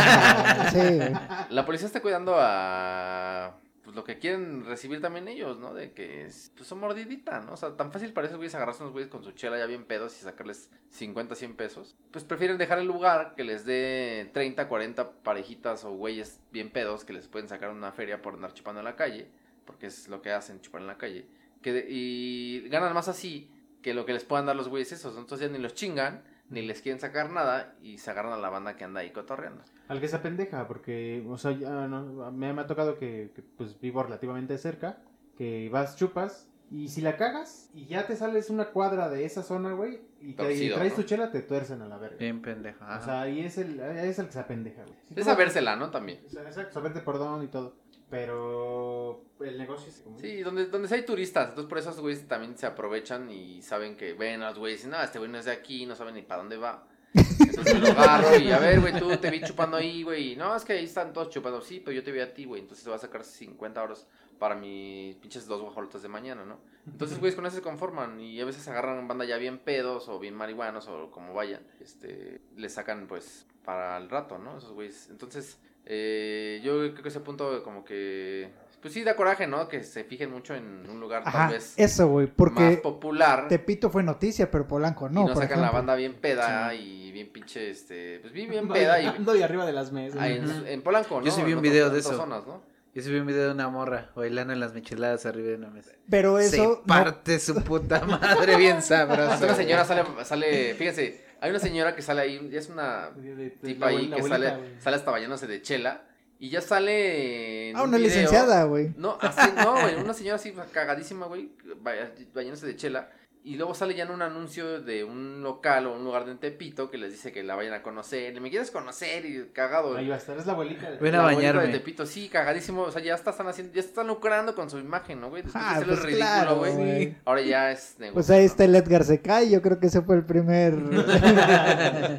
Speaker 5: chingas, sí, güey.
Speaker 4: La policía está cuidando a. Pues lo que quieren recibir también ellos, ¿no? De que es- pues, son mordidita, ¿no? O sea, tan fácil para esos güeyes agarrarse unos güeyes con su chela ya bien pedos y sacarles 50, 100 pesos. Pues prefieren dejar el lugar que les dé 30, 40 parejitas o güeyes bien pedos que les pueden sacar una feria por andar chupando en la calle, porque es lo que hacen, chupar en la calle. Que de- y ganan más así que lo que les puedan dar los güeyes esos. ¿no? Entonces ya ni los chingan, ni les quieren sacar nada y se agarran a la banda que anda ahí cotorreando.
Speaker 1: Al que se apendeja, porque, o sea, ya no- me, me ha tocado que, que, pues vivo relativamente cerca, que vas, chupas, y si la cagas y ya te sales una cuadra de esa zona, güey, y, te- y
Speaker 4: Torcido,
Speaker 1: traes
Speaker 4: ¿no?
Speaker 1: tu chela, te tuercen a la verga.
Speaker 3: Bien pendejo. Ah.
Speaker 1: O
Speaker 3: ajá.
Speaker 1: sea, ahí es el, ahí es el que se apendeja, güey. Si tú
Speaker 4: Es
Speaker 1: vas-
Speaker 4: sabérsela, ¿no? También.
Speaker 1: O sea, Exacto, saberte perdón y todo. Pero el negocio es como-
Speaker 4: Sí, donde, donde sí hay turistas, entonces por eso esos güeyes también se aprovechan y saben que ven a los güeyes y dicen, no, este güey no es de aquí, no saben ni para dónde va. Entonces
Speaker 1: <laughs>
Speaker 4: lo agarro y Ah, a ver, güey, tú te vi chupando ahí, güey. y, No, es que ahí están todos chupando, sí, pero yo te vi a ti, güey. Entonces te voy a sacar 50 euros para mis pinches dos guajolotas de mañana, ¿no? Entonces, güeyes con eso se conforman y a veces agarran banda ya bien pedos o bien marihuanos o como vayan. Este, les sacan pues para el rato, ¿no? Esos güeyes. Entonces, eh, yo creo que ese punto como que... Pues sí, da coraje, ¿no? Que se fijen mucho en un lugar tal
Speaker 5: Ajá,
Speaker 4: vez
Speaker 5: eso, güey.
Speaker 4: más
Speaker 5: Porque
Speaker 4: popular.
Speaker 5: Tepito fue noticia, pero Polanco
Speaker 4: y
Speaker 5: no.
Speaker 4: no
Speaker 5: por
Speaker 4: sacan la
Speaker 5: ejemplo.
Speaker 4: banda bien peda y bien pinche, este... Pues bien,
Speaker 1: <laughs>
Speaker 4: bien peda y...
Speaker 1: Ando y arriba de las mesas.
Speaker 4: ahí en, en Polanco, ¿no?
Speaker 3: Yo sí vi un
Speaker 4: En otras-
Speaker 3: video
Speaker 4: en
Speaker 3: de
Speaker 4: otras
Speaker 3: eso.
Speaker 4: zonas, ¿no?
Speaker 3: Yo subí un video de una morra bailando en las micheladas arriba de una mesa.
Speaker 5: Pero eso.
Speaker 3: Se
Speaker 5: no-
Speaker 3: parte su puta madre bien
Speaker 4: Hasta
Speaker 3: sabroso.
Speaker 4: una señora sale, sale, fíjense, hay una señora que sale ahí, ya es una
Speaker 1: De- de- de la
Speaker 4: tipa ahí
Speaker 1: abuela-
Speaker 4: que
Speaker 1: abuelita,
Speaker 4: sale,
Speaker 1: güey.
Speaker 4: sale hasta bañándose de chela y ya sale. en
Speaker 5: Ah,
Speaker 4: un
Speaker 5: una
Speaker 4: video-
Speaker 5: licenciada, güey.
Speaker 4: No, así, no, güey, una señora así cagadísima, güey, ba- bañándose de chela. Y luego sale ya en un anuncio de un local o un lugar de Tepito que les dice que la vayan a conocer. ¿Me quieres conocer? Y cagado.
Speaker 1: Ahí va a estar, es la
Speaker 4: <laughs>
Speaker 1: abuelita.
Speaker 3: Ven a
Speaker 4: La abuelita
Speaker 3: bañarme.
Speaker 4: de Tepito, sí, cagadísimo. O sea, ya está- están haciendo, ya están lucrando con su imagen, ¿no, güey? Después de
Speaker 5: Ah,
Speaker 4: hacer el
Speaker 5: pues
Speaker 4: ridículo,
Speaker 5: claro,
Speaker 4: güey.
Speaker 5: güey.
Speaker 4: Ahora ya es negocio.
Speaker 5: Pues ahí
Speaker 4: ¿no?
Speaker 5: está el Edgar Secay, yo creo que ese fue el primer...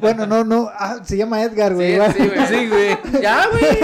Speaker 5: <laughs> bueno, no, no, ah, se llama Edgar, güey.
Speaker 4: Sí,
Speaker 5: <laughs> va.
Speaker 4: sí, güey.
Speaker 3: Sí, güey.
Speaker 4: <laughs> Ya, güey.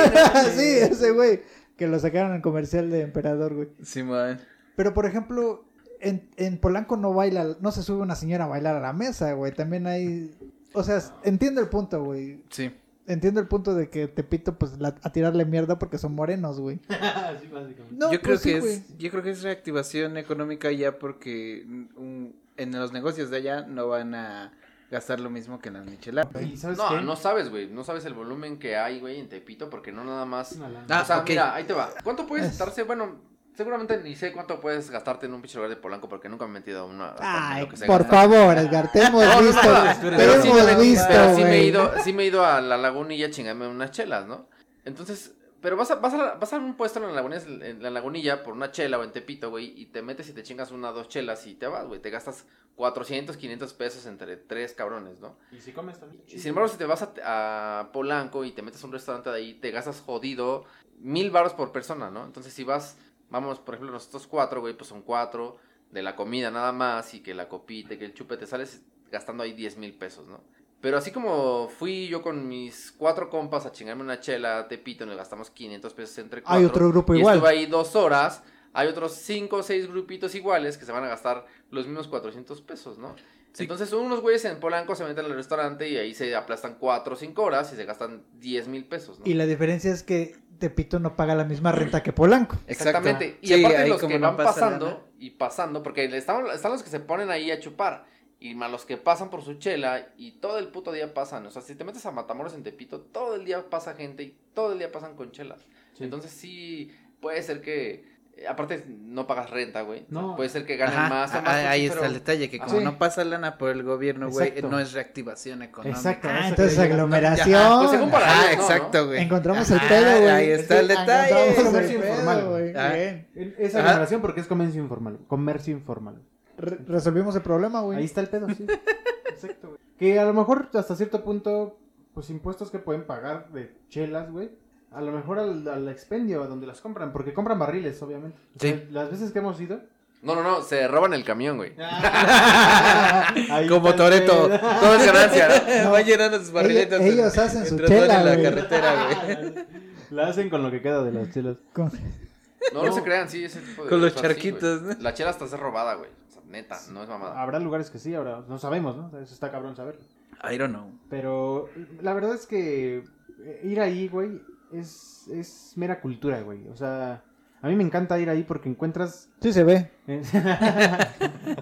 Speaker 5: sí, ese güey, que lo sacaron en comercial de Emperador, güey.
Speaker 3: Simón.
Speaker 5: Pero, por ejemplo, en, en Polanco no baila, no se sube una señora a bailar a la mesa, güey. También hay... O sea, entiendo el punto, güey.
Speaker 3: Sí.
Speaker 5: Entiendo el punto de que te pito pues, la- a tirarle mierda porque son morenos, güey.
Speaker 1: <laughs> Así básicamente.
Speaker 5: No,
Speaker 3: yo creo
Speaker 5: pues sí,
Speaker 3: que
Speaker 5: güey.
Speaker 3: es, yo creo que es reactivación económica ya porque mm, en los negocios de allá no van a gastar lo mismo que en las micheladas.
Speaker 1: ¿Y sabes
Speaker 4: No,
Speaker 1: qué?
Speaker 4: no sabes, güey. No sabes el volumen que hay, güey, en Tepito, porque no nada más.
Speaker 1: Es una lana.
Speaker 3: Ah,
Speaker 4: o sea,
Speaker 3: ok.
Speaker 4: mira, ahí te va. ¿Cuánto puedes
Speaker 5: Es-
Speaker 4: estarse? Bueno, seguramente ni sé cuánto puedes gastarte en un pinche lugar de Polanco, porque nunca me he metido a una. a
Speaker 5: Ay,
Speaker 4: lo que se
Speaker 5: por
Speaker 4: gasta.
Speaker 5: favor, Edgar, te hemos
Speaker 4: <laughs> No, no,
Speaker 5: visto.
Speaker 4: no, no,
Speaker 5: te
Speaker 4: pero sí
Speaker 5: hemos
Speaker 4: me-
Speaker 5: visto,
Speaker 4: Pero sí me he
Speaker 5: güey.
Speaker 4: ido, sí me he ido a la lagunilla a chingarme unas chelas, ¿no? Entonces, pero vas a, vas a, vas a un puesto en la, lagunilla, en la lagunilla por una chela o en Tepito, güey, y te metes y te chingas una, dos chelas y te vas, güey. Te gastas 400, 500 pesos entre tres cabrones, ¿no?
Speaker 1: Y si comes también.
Speaker 4: Y Sin embargo, si te vas a, a Polanco y te metes a un restaurante de ahí, te gastas jodido mil baros por persona, ¿no? Entonces, si vas, vamos, por ejemplo, nosotros cuatro, güey, pues son cuatro de la comida nada más y que la copita, y que el chupe, te sales gastando ahí diez mil pesos, ¿no? Pero así como fui yo con mis cuatro compas a chingarme una chela, a tepito, nos gastamos 500 pesos entre cuatro.
Speaker 5: Hay otro grupo
Speaker 3: Pues
Speaker 4: y
Speaker 5: igual.
Speaker 4: estuve ahí dos horas. Hay otros cinco o seis grupitos iguales que se van a gastar los mismos 400 pesos, ¿no?
Speaker 3: Sí.
Speaker 4: Entonces, unos güeyes en Polanco se meten al restaurante y ahí se aplastan 4 o 5 horas y se gastan 10 mil pesos, ¿no?
Speaker 5: Y la diferencia es que
Speaker 2: Tepito no paga la misma renta que Polanco.
Speaker 4: Exactamente. Y
Speaker 3: Sí,
Speaker 4: aparte
Speaker 3: ahí
Speaker 4: los
Speaker 3: como
Speaker 4: que
Speaker 3: no
Speaker 4: van
Speaker 3: pasa
Speaker 4: pasando
Speaker 3: nada.
Speaker 4: y pasando, porque están, están los que se ponen ahí a chupar y más los que pasan por su chela y todo el puto día pasan. O sea, si te metes a Matamoros en Tepito, todo el día pasa gente y todo el día pasan con chelas.
Speaker 1: Sí.
Speaker 4: Entonces sí, puede ser que... eh, Aparte, no pagas renta, güey. O sea,
Speaker 1: No.
Speaker 4: puede ser que ganen
Speaker 3: Ajá,
Speaker 4: más.
Speaker 3: a-
Speaker 4: o más
Speaker 3: ahí
Speaker 4: coches,
Speaker 3: está el
Speaker 4: pero-
Speaker 3: detalle, que
Speaker 4: Ajá.
Speaker 3: como
Speaker 2: Sí.
Speaker 3: no pasa lana por el gobierno, güey,
Speaker 1: Exacto.
Speaker 3: no es reactivación económica.
Speaker 1: Exacto.
Speaker 2: Ah,
Speaker 1: Eso
Speaker 2: entonces
Speaker 1: que-
Speaker 2: aglomeración.
Speaker 4: Pues según para
Speaker 3: Ajá,
Speaker 4: ellos, ¿no?
Speaker 3: exacto, güey. <laughs>
Speaker 2: Encontramos el
Speaker 3: Ajá,
Speaker 2: pedo, güey.
Speaker 3: Ahí está el
Speaker 2: Sí,
Speaker 3: detalle.
Speaker 2: encontramos el
Speaker 1: Comercio
Speaker 2: pedo,
Speaker 1: informal.
Speaker 2: güey.
Speaker 3: Ah.
Speaker 2: Bien.
Speaker 1: Es
Speaker 3: Ajá.
Speaker 1: aglomeración porque es comercio informal. Comercio informal.
Speaker 2: Re- resolvimos el problema, güey.
Speaker 1: Ahí está el pedo, sí. <laughs> Exacto, güey. Que a lo mejor hasta cierto punto, pues impuestos que pueden pagar de chelas, güey. A lo mejor al, al expendio, a donde las compran, porque compran barriles, obviamente. O sea,
Speaker 3: Sí.
Speaker 1: Las veces que hemos ido.
Speaker 4: No, no, no, se roban el camión, güey.
Speaker 1: <laughs> Ahí
Speaker 3: Como
Speaker 1: está el
Speaker 3: Toreto,
Speaker 1: pedo.
Speaker 3: <laughs> todo es ganancia.
Speaker 2: No.
Speaker 3: Va llenando sus barriletas.
Speaker 2: Ellos- ellos
Speaker 3: en-
Speaker 2: hacen su
Speaker 3: mientras van
Speaker 2: chela,
Speaker 3: en la
Speaker 2: güey.
Speaker 3: carretera, güey.
Speaker 1: La hacen con lo que queda de las chelas.
Speaker 2: Con-
Speaker 4: No, no se crean, sí, ese tipo de
Speaker 3: Con los
Speaker 4: cosas, sí,
Speaker 3: charquitos,
Speaker 4: güey.
Speaker 3: ¿no? Ah,
Speaker 4: La chela hasta es robada, güey. O sea, neta, no es mamada.
Speaker 1: Habrá lugares que sí, ahora no sabemos, ¿no? Eso está cabrón saberlo.
Speaker 3: I don't know.
Speaker 1: Pero la verdad es que eh, ir ahí, güey, es, es mera cultura, güey. O sea, a mí me encanta ir ahí porque encuentras eh,
Speaker 2: Sí se ve.
Speaker 1: <laughs>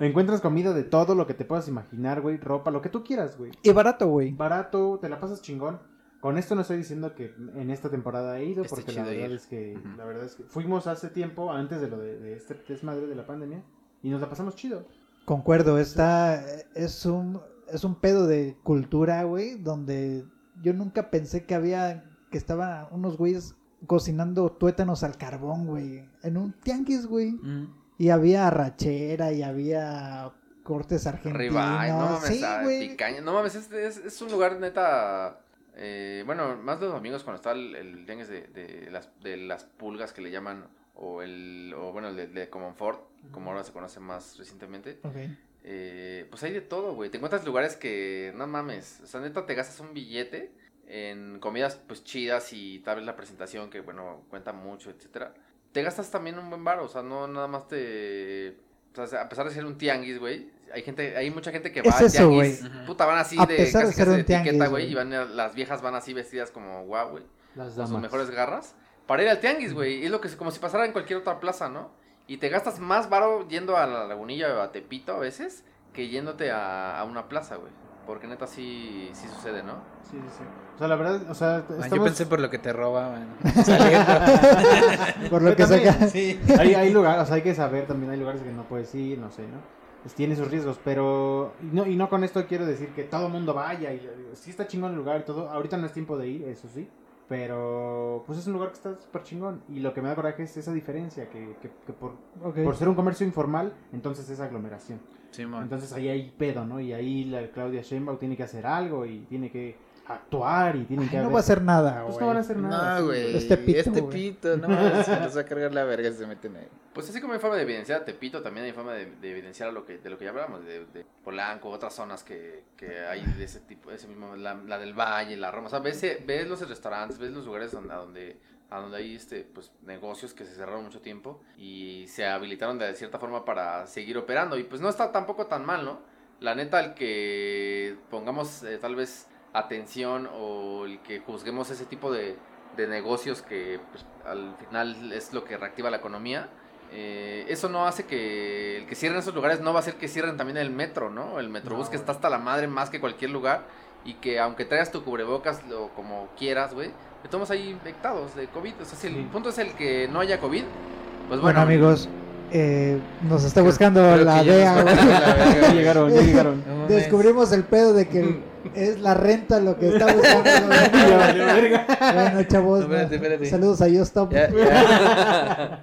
Speaker 1: encuentras comida de todo lo que te puedas imaginar, güey, ropa, lo que tú quieras, güey.
Speaker 2: Y barato, güey.
Speaker 1: Barato, te la pasas chingón. Con esto no estoy diciendo que en esta temporada he ido,
Speaker 3: Está
Speaker 1: porque la
Speaker 3: chido
Speaker 1: verdad,
Speaker 3: ir.
Speaker 1: es que,
Speaker 3: Ujú.
Speaker 1: la verdad es que fuimos hace tiempo, antes de lo de, de este desmadre de la pandemia, y nos la pasamos chido.
Speaker 2: Concuerdo, está es un es un pedo de cultura, güey, donde yo nunca pensé que había que estaban unos güeyes cocinando tuétanos al carbón, güey, en un tianguis, güey.
Speaker 3: Mm. Ah,
Speaker 2: Y había arrachera y había cortes argentinos.
Speaker 4: Ribeye, no mames,
Speaker 2: sí,
Speaker 4: ah,
Speaker 2: güey.
Speaker 4: picaña. No mames, es, es- es un lugar neta. eh, bueno, más los amigos cuando está el, el tianguis de, de las, de las pulgas que le llaman, o el, o bueno, el de, de Comonfort, como ahora se conoce más recientemente.
Speaker 2: Ok.
Speaker 4: eh, pues hay de todo, güey. Te encuentras lugares que, no mames, o sea, neta te gastas un billete en comidas pues chidas y tal vez la presentación que, bueno, cuenta mucho, etcétera. Te gastas también un buen bar, o sea, no nada más te... O sea, a pesar de ser un tianguis, güey, hay gente, hay mucha gente que va
Speaker 2: Es
Speaker 4: al
Speaker 2: eso,
Speaker 4: tianguis.
Speaker 3: güey. Ujú.
Speaker 4: Puta, van así
Speaker 2: A
Speaker 4: de
Speaker 2: pesar de
Speaker 4: casi,
Speaker 2: ser
Speaker 4: casi
Speaker 2: un
Speaker 4: de etiqueta,
Speaker 2: tianguis,
Speaker 4: güey,
Speaker 2: güey.
Speaker 4: y van a- las viejas van así vestidas como guau, güey.
Speaker 1: Las
Speaker 4: Con
Speaker 1: damas.
Speaker 4: sus mejores garras para ir al tianguis, güey. Es lo que es como si pasara en cualquier otra plaza, ¿no? Y te gastas más varo yendo a la lagunilla o a Tepito a veces que yéndote a, a una plaza, güey. Porque neta sí, sí sucede, ¿no?
Speaker 1: Sí, sí, sí. O sea, la verdad, o sea,
Speaker 3: Ah, Yo
Speaker 1: estamos-
Speaker 3: pensé por lo que te robaban.
Speaker 2: Por lo
Speaker 1: Yo
Speaker 2: que
Speaker 1: también.
Speaker 2: saca.
Speaker 3: Sí.
Speaker 1: hay, hay lugares, o sea, hay que saber también, hay lugares que no puedes ir, no sé, ¿no? Pues tiene sus riesgos, pero... Y no, y no con esto quiero decir que todo el mundo vaya, y eh, sí está chingón el lugar y todo, ahorita no es tiempo de ir, eso sí, pero pues es un lugar que está súper chingón, y lo que me da coraje es esa diferencia, que, que- que por,
Speaker 2: ok.
Speaker 1: por ser un comercio informal, entonces es aglomeración.
Speaker 3: Simón.
Speaker 1: Entonces ahí hay pedo, ¿no? Y ahí la Claudia Sheinbaum tiene que hacer algo, y tiene que actuar, y tiene
Speaker 2: Ay,
Speaker 1: que...
Speaker 2: no
Speaker 1: haber-
Speaker 2: va a hacer nada, güey.
Speaker 1: Pues no van a hacer nada. sí,
Speaker 3: No, güey.
Speaker 2: Este
Speaker 3: Este
Speaker 2: pito,
Speaker 3: pito.
Speaker 2: güey.
Speaker 3: no mames, se nos va a cargar la verga si se
Speaker 2: <laughs>
Speaker 3: meten ahí.
Speaker 4: Pues así como hay forma de evidenciar a Tepito, también hay forma de, de evidenciar a lo que, de lo que ya hablábamos, de, de Polanco, otras zonas que, que hay de ese tipo, ese mismo, la, la del Valle, la Roma. O sea, ves, eh, ves los restaurantes, ves los lugares donde, a donde, a donde hay este, pues, negocios que se cerraron mucho tiempo y se habilitaron de cierta forma para seguir operando. Y pues no está tampoco tan mal, ¿no? La neta, el que pongamos eh, tal vez atención o el que juzguemos ese tipo de, de negocios que pues, al final es lo que reactiva la economía. Eh, eso no hace que el que cierren esos lugares no va a hacer que cierren también el metro, ¿no? El metrobús
Speaker 1: No,
Speaker 4: que
Speaker 1: güey.
Speaker 4: está hasta la madre más que cualquier lugar y que aunque traigas tu cubrebocas o como quieras, güey, te tomas ahí infectados de COVID. O sea, si el
Speaker 1: Sí.
Speaker 4: punto es el que no haya COVID, pues
Speaker 2: Bueno,
Speaker 4: bueno.
Speaker 2: amigos, eh, nos está buscando
Speaker 3: creo
Speaker 2: la
Speaker 3: que ya
Speaker 2: DEA,
Speaker 3: nos
Speaker 2: güey.
Speaker 3: mandaron la
Speaker 2: <laughs>
Speaker 3: verga,
Speaker 1: Ya llegaron, ya llegaron.
Speaker 3: No mames.
Speaker 2: Descubrimos el pedo de que es la renta lo que está
Speaker 3: <laughs>
Speaker 2: buscando.
Speaker 1: <laughs> Ya
Speaker 2: güey.
Speaker 1: valió verga.
Speaker 2: bueno, chavos.
Speaker 3: No, espérate,
Speaker 2: no.
Speaker 3: espérate.
Speaker 2: Saludos a Yostop.
Speaker 3: Ya,
Speaker 2: Ya,
Speaker 3: ya,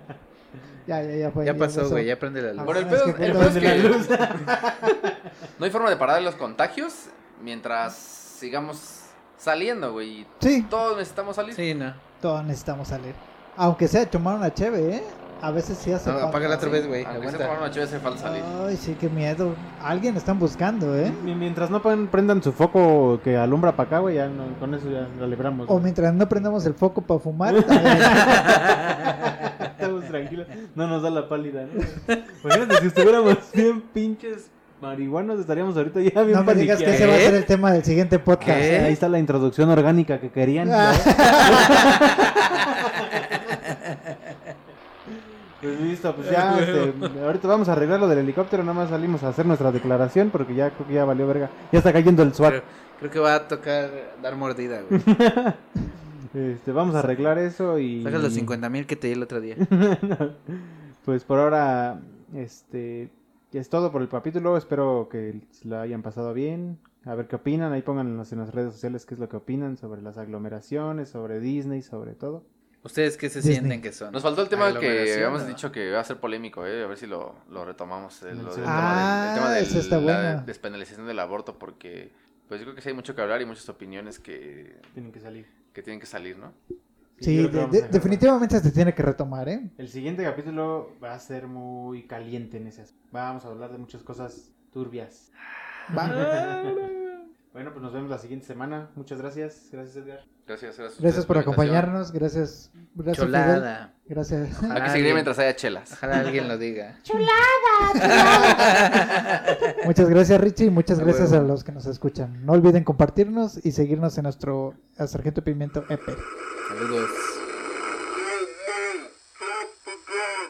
Speaker 2: ya, ya, fue,
Speaker 3: ya pasó, güey. Ya
Speaker 2: Ya,
Speaker 3: prende la luz.
Speaker 4: Bueno, el
Speaker 2: Ah,
Speaker 4: pedo,
Speaker 2: es que
Speaker 4: el
Speaker 2: prende
Speaker 4: pedo es
Speaker 1: Prende la
Speaker 4: que
Speaker 1: luz.
Speaker 4: <laughs> no hay forma de parar los contagios mientras sigamos saliendo, güey. y
Speaker 2: Sí,
Speaker 4: Todos necesitamos salir.
Speaker 3: Sí, no.
Speaker 2: todos necesitamos salir. Aunque sea tomar una cheve, ¿eh? A veces sí hace
Speaker 3: No,
Speaker 2: falta.
Speaker 3: apágala otra vez, güey.
Speaker 4: Aunque sea
Speaker 3: Aguanta.
Speaker 4: tomar una chévere, hace falta salir.
Speaker 2: Ay, sí, qué miedo. Alguien están buscando, ¿eh?
Speaker 1: M- Mientras no pon- prendan su foco que alumbra para acá, güey, ya no- con eso ya la libramos.
Speaker 2: O
Speaker 1: güey.
Speaker 2: mientras no prendamos el foco para
Speaker 3: <laughs>
Speaker 2: fumar. también.
Speaker 1: <laughs> Estamos tranquilos. No nos da la pálida, ¿no? Imagínate, si estuviéramos <laughs> bien pinches marihuanos, estaríamos ahorita ya bien
Speaker 2: no me digas que ese va a ser el tema del
Speaker 3: <laughs>
Speaker 2: siguiente podcast.
Speaker 3: ¿Qué?
Speaker 1: Ahí está la introducción orgánica que querían.
Speaker 2: Ah.
Speaker 1: ¿verdad? Pues listo, pues ya, este, ahorita vamos a arreglar lo del helicóptero, nada más salimos a hacer nuestra declaración porque ya creo que ya valió verga. Ya está cayendo el SWAT.
Speaker 3: Creo, creo que va a tocar dar mordida, güey.
Speaker 1: Este, vamos a arreglar eso y...
Speaker 3: Saca los 50 mil que te di el otro día.
Speaker 1: <laughs> pues por ahora, este, es todo por el capítulo. Espero que la hayan pasado bien. A ver qué opinan. Ahí pónganos en las redes sociales qué es lo que opinan sobre las aglomeraciones, sobre Disney, sobre todo.
Speaker 3: ¿Ustedes qué se
Speaker 2: Disney.
Speaker 3: sienten que son?
Speaker 4: Nos faltó el tema que
Speaker 3: Aglomeración,
Speaker 4: habíamos
Speaker 3: ¿no?
Speaker 4: dicho que va a ser polémico, ¿eh? a ver si lo, lo retomamos. eh, lo del
Speaker 1: segundo.
Speaker 4: tema del- el tema
Speaker 2: Ah,
Speaker 4: del-
Speaker 2: esa está
Speaker 4: la
Speaker 2: buena.
Speaker 4: despenalización del aborto, porque pues yo creo que sí hay mucho que hablar y muchas opiniones que,
Speaker 1: Tienen que salir.
Speaker 4: que tienen que salir, ¿no?
Speaker 2: Sí,
Speaker 1: yo creo que vamos
Speaker 2: de- de-
Speaker 1: a agarrar.
Speaker 2: definitivamente se tiene que retomar, ¿eh?
Speaker 1: El siguiente capítulo va a ser muy caliente en ese aspecto. Vamos a hablar de muchas cosas turbias.
Speaker 2: Va.
Speaker 1: Bueno, pues nos vemos la siguiente semana. Muchas gracias. Gracias, Edgar.
Speaker 4: Gracias, gracias. a ustedes
Speaker 2: Gracias por
Speaker 4: la invitación.
Speaker 2: acompañarnos, gracias. Gracias, Fidel.
Speaker 3: Cholada.
Speaker 2: Gracias. <laughs>
Speaker 4: Hay que
Speaker 3: Ojalá
Speaker 4: seguir
Speaker 3: alguien-
Speaker 4: mientras haya chelas.
Speaker 3: Ojalá alguien lo diga.
Speaker 2: Muchas gracias, Richie, y muchas
Speaker 3: A
Speaker 2: gracias a
Speaker 3: huevo.
Speaker 2: los que nos escuchan. No olviden compartirnos y seguirnos en nuestro A Sargento Pimiento E EP.
Speaker 3: Saludos.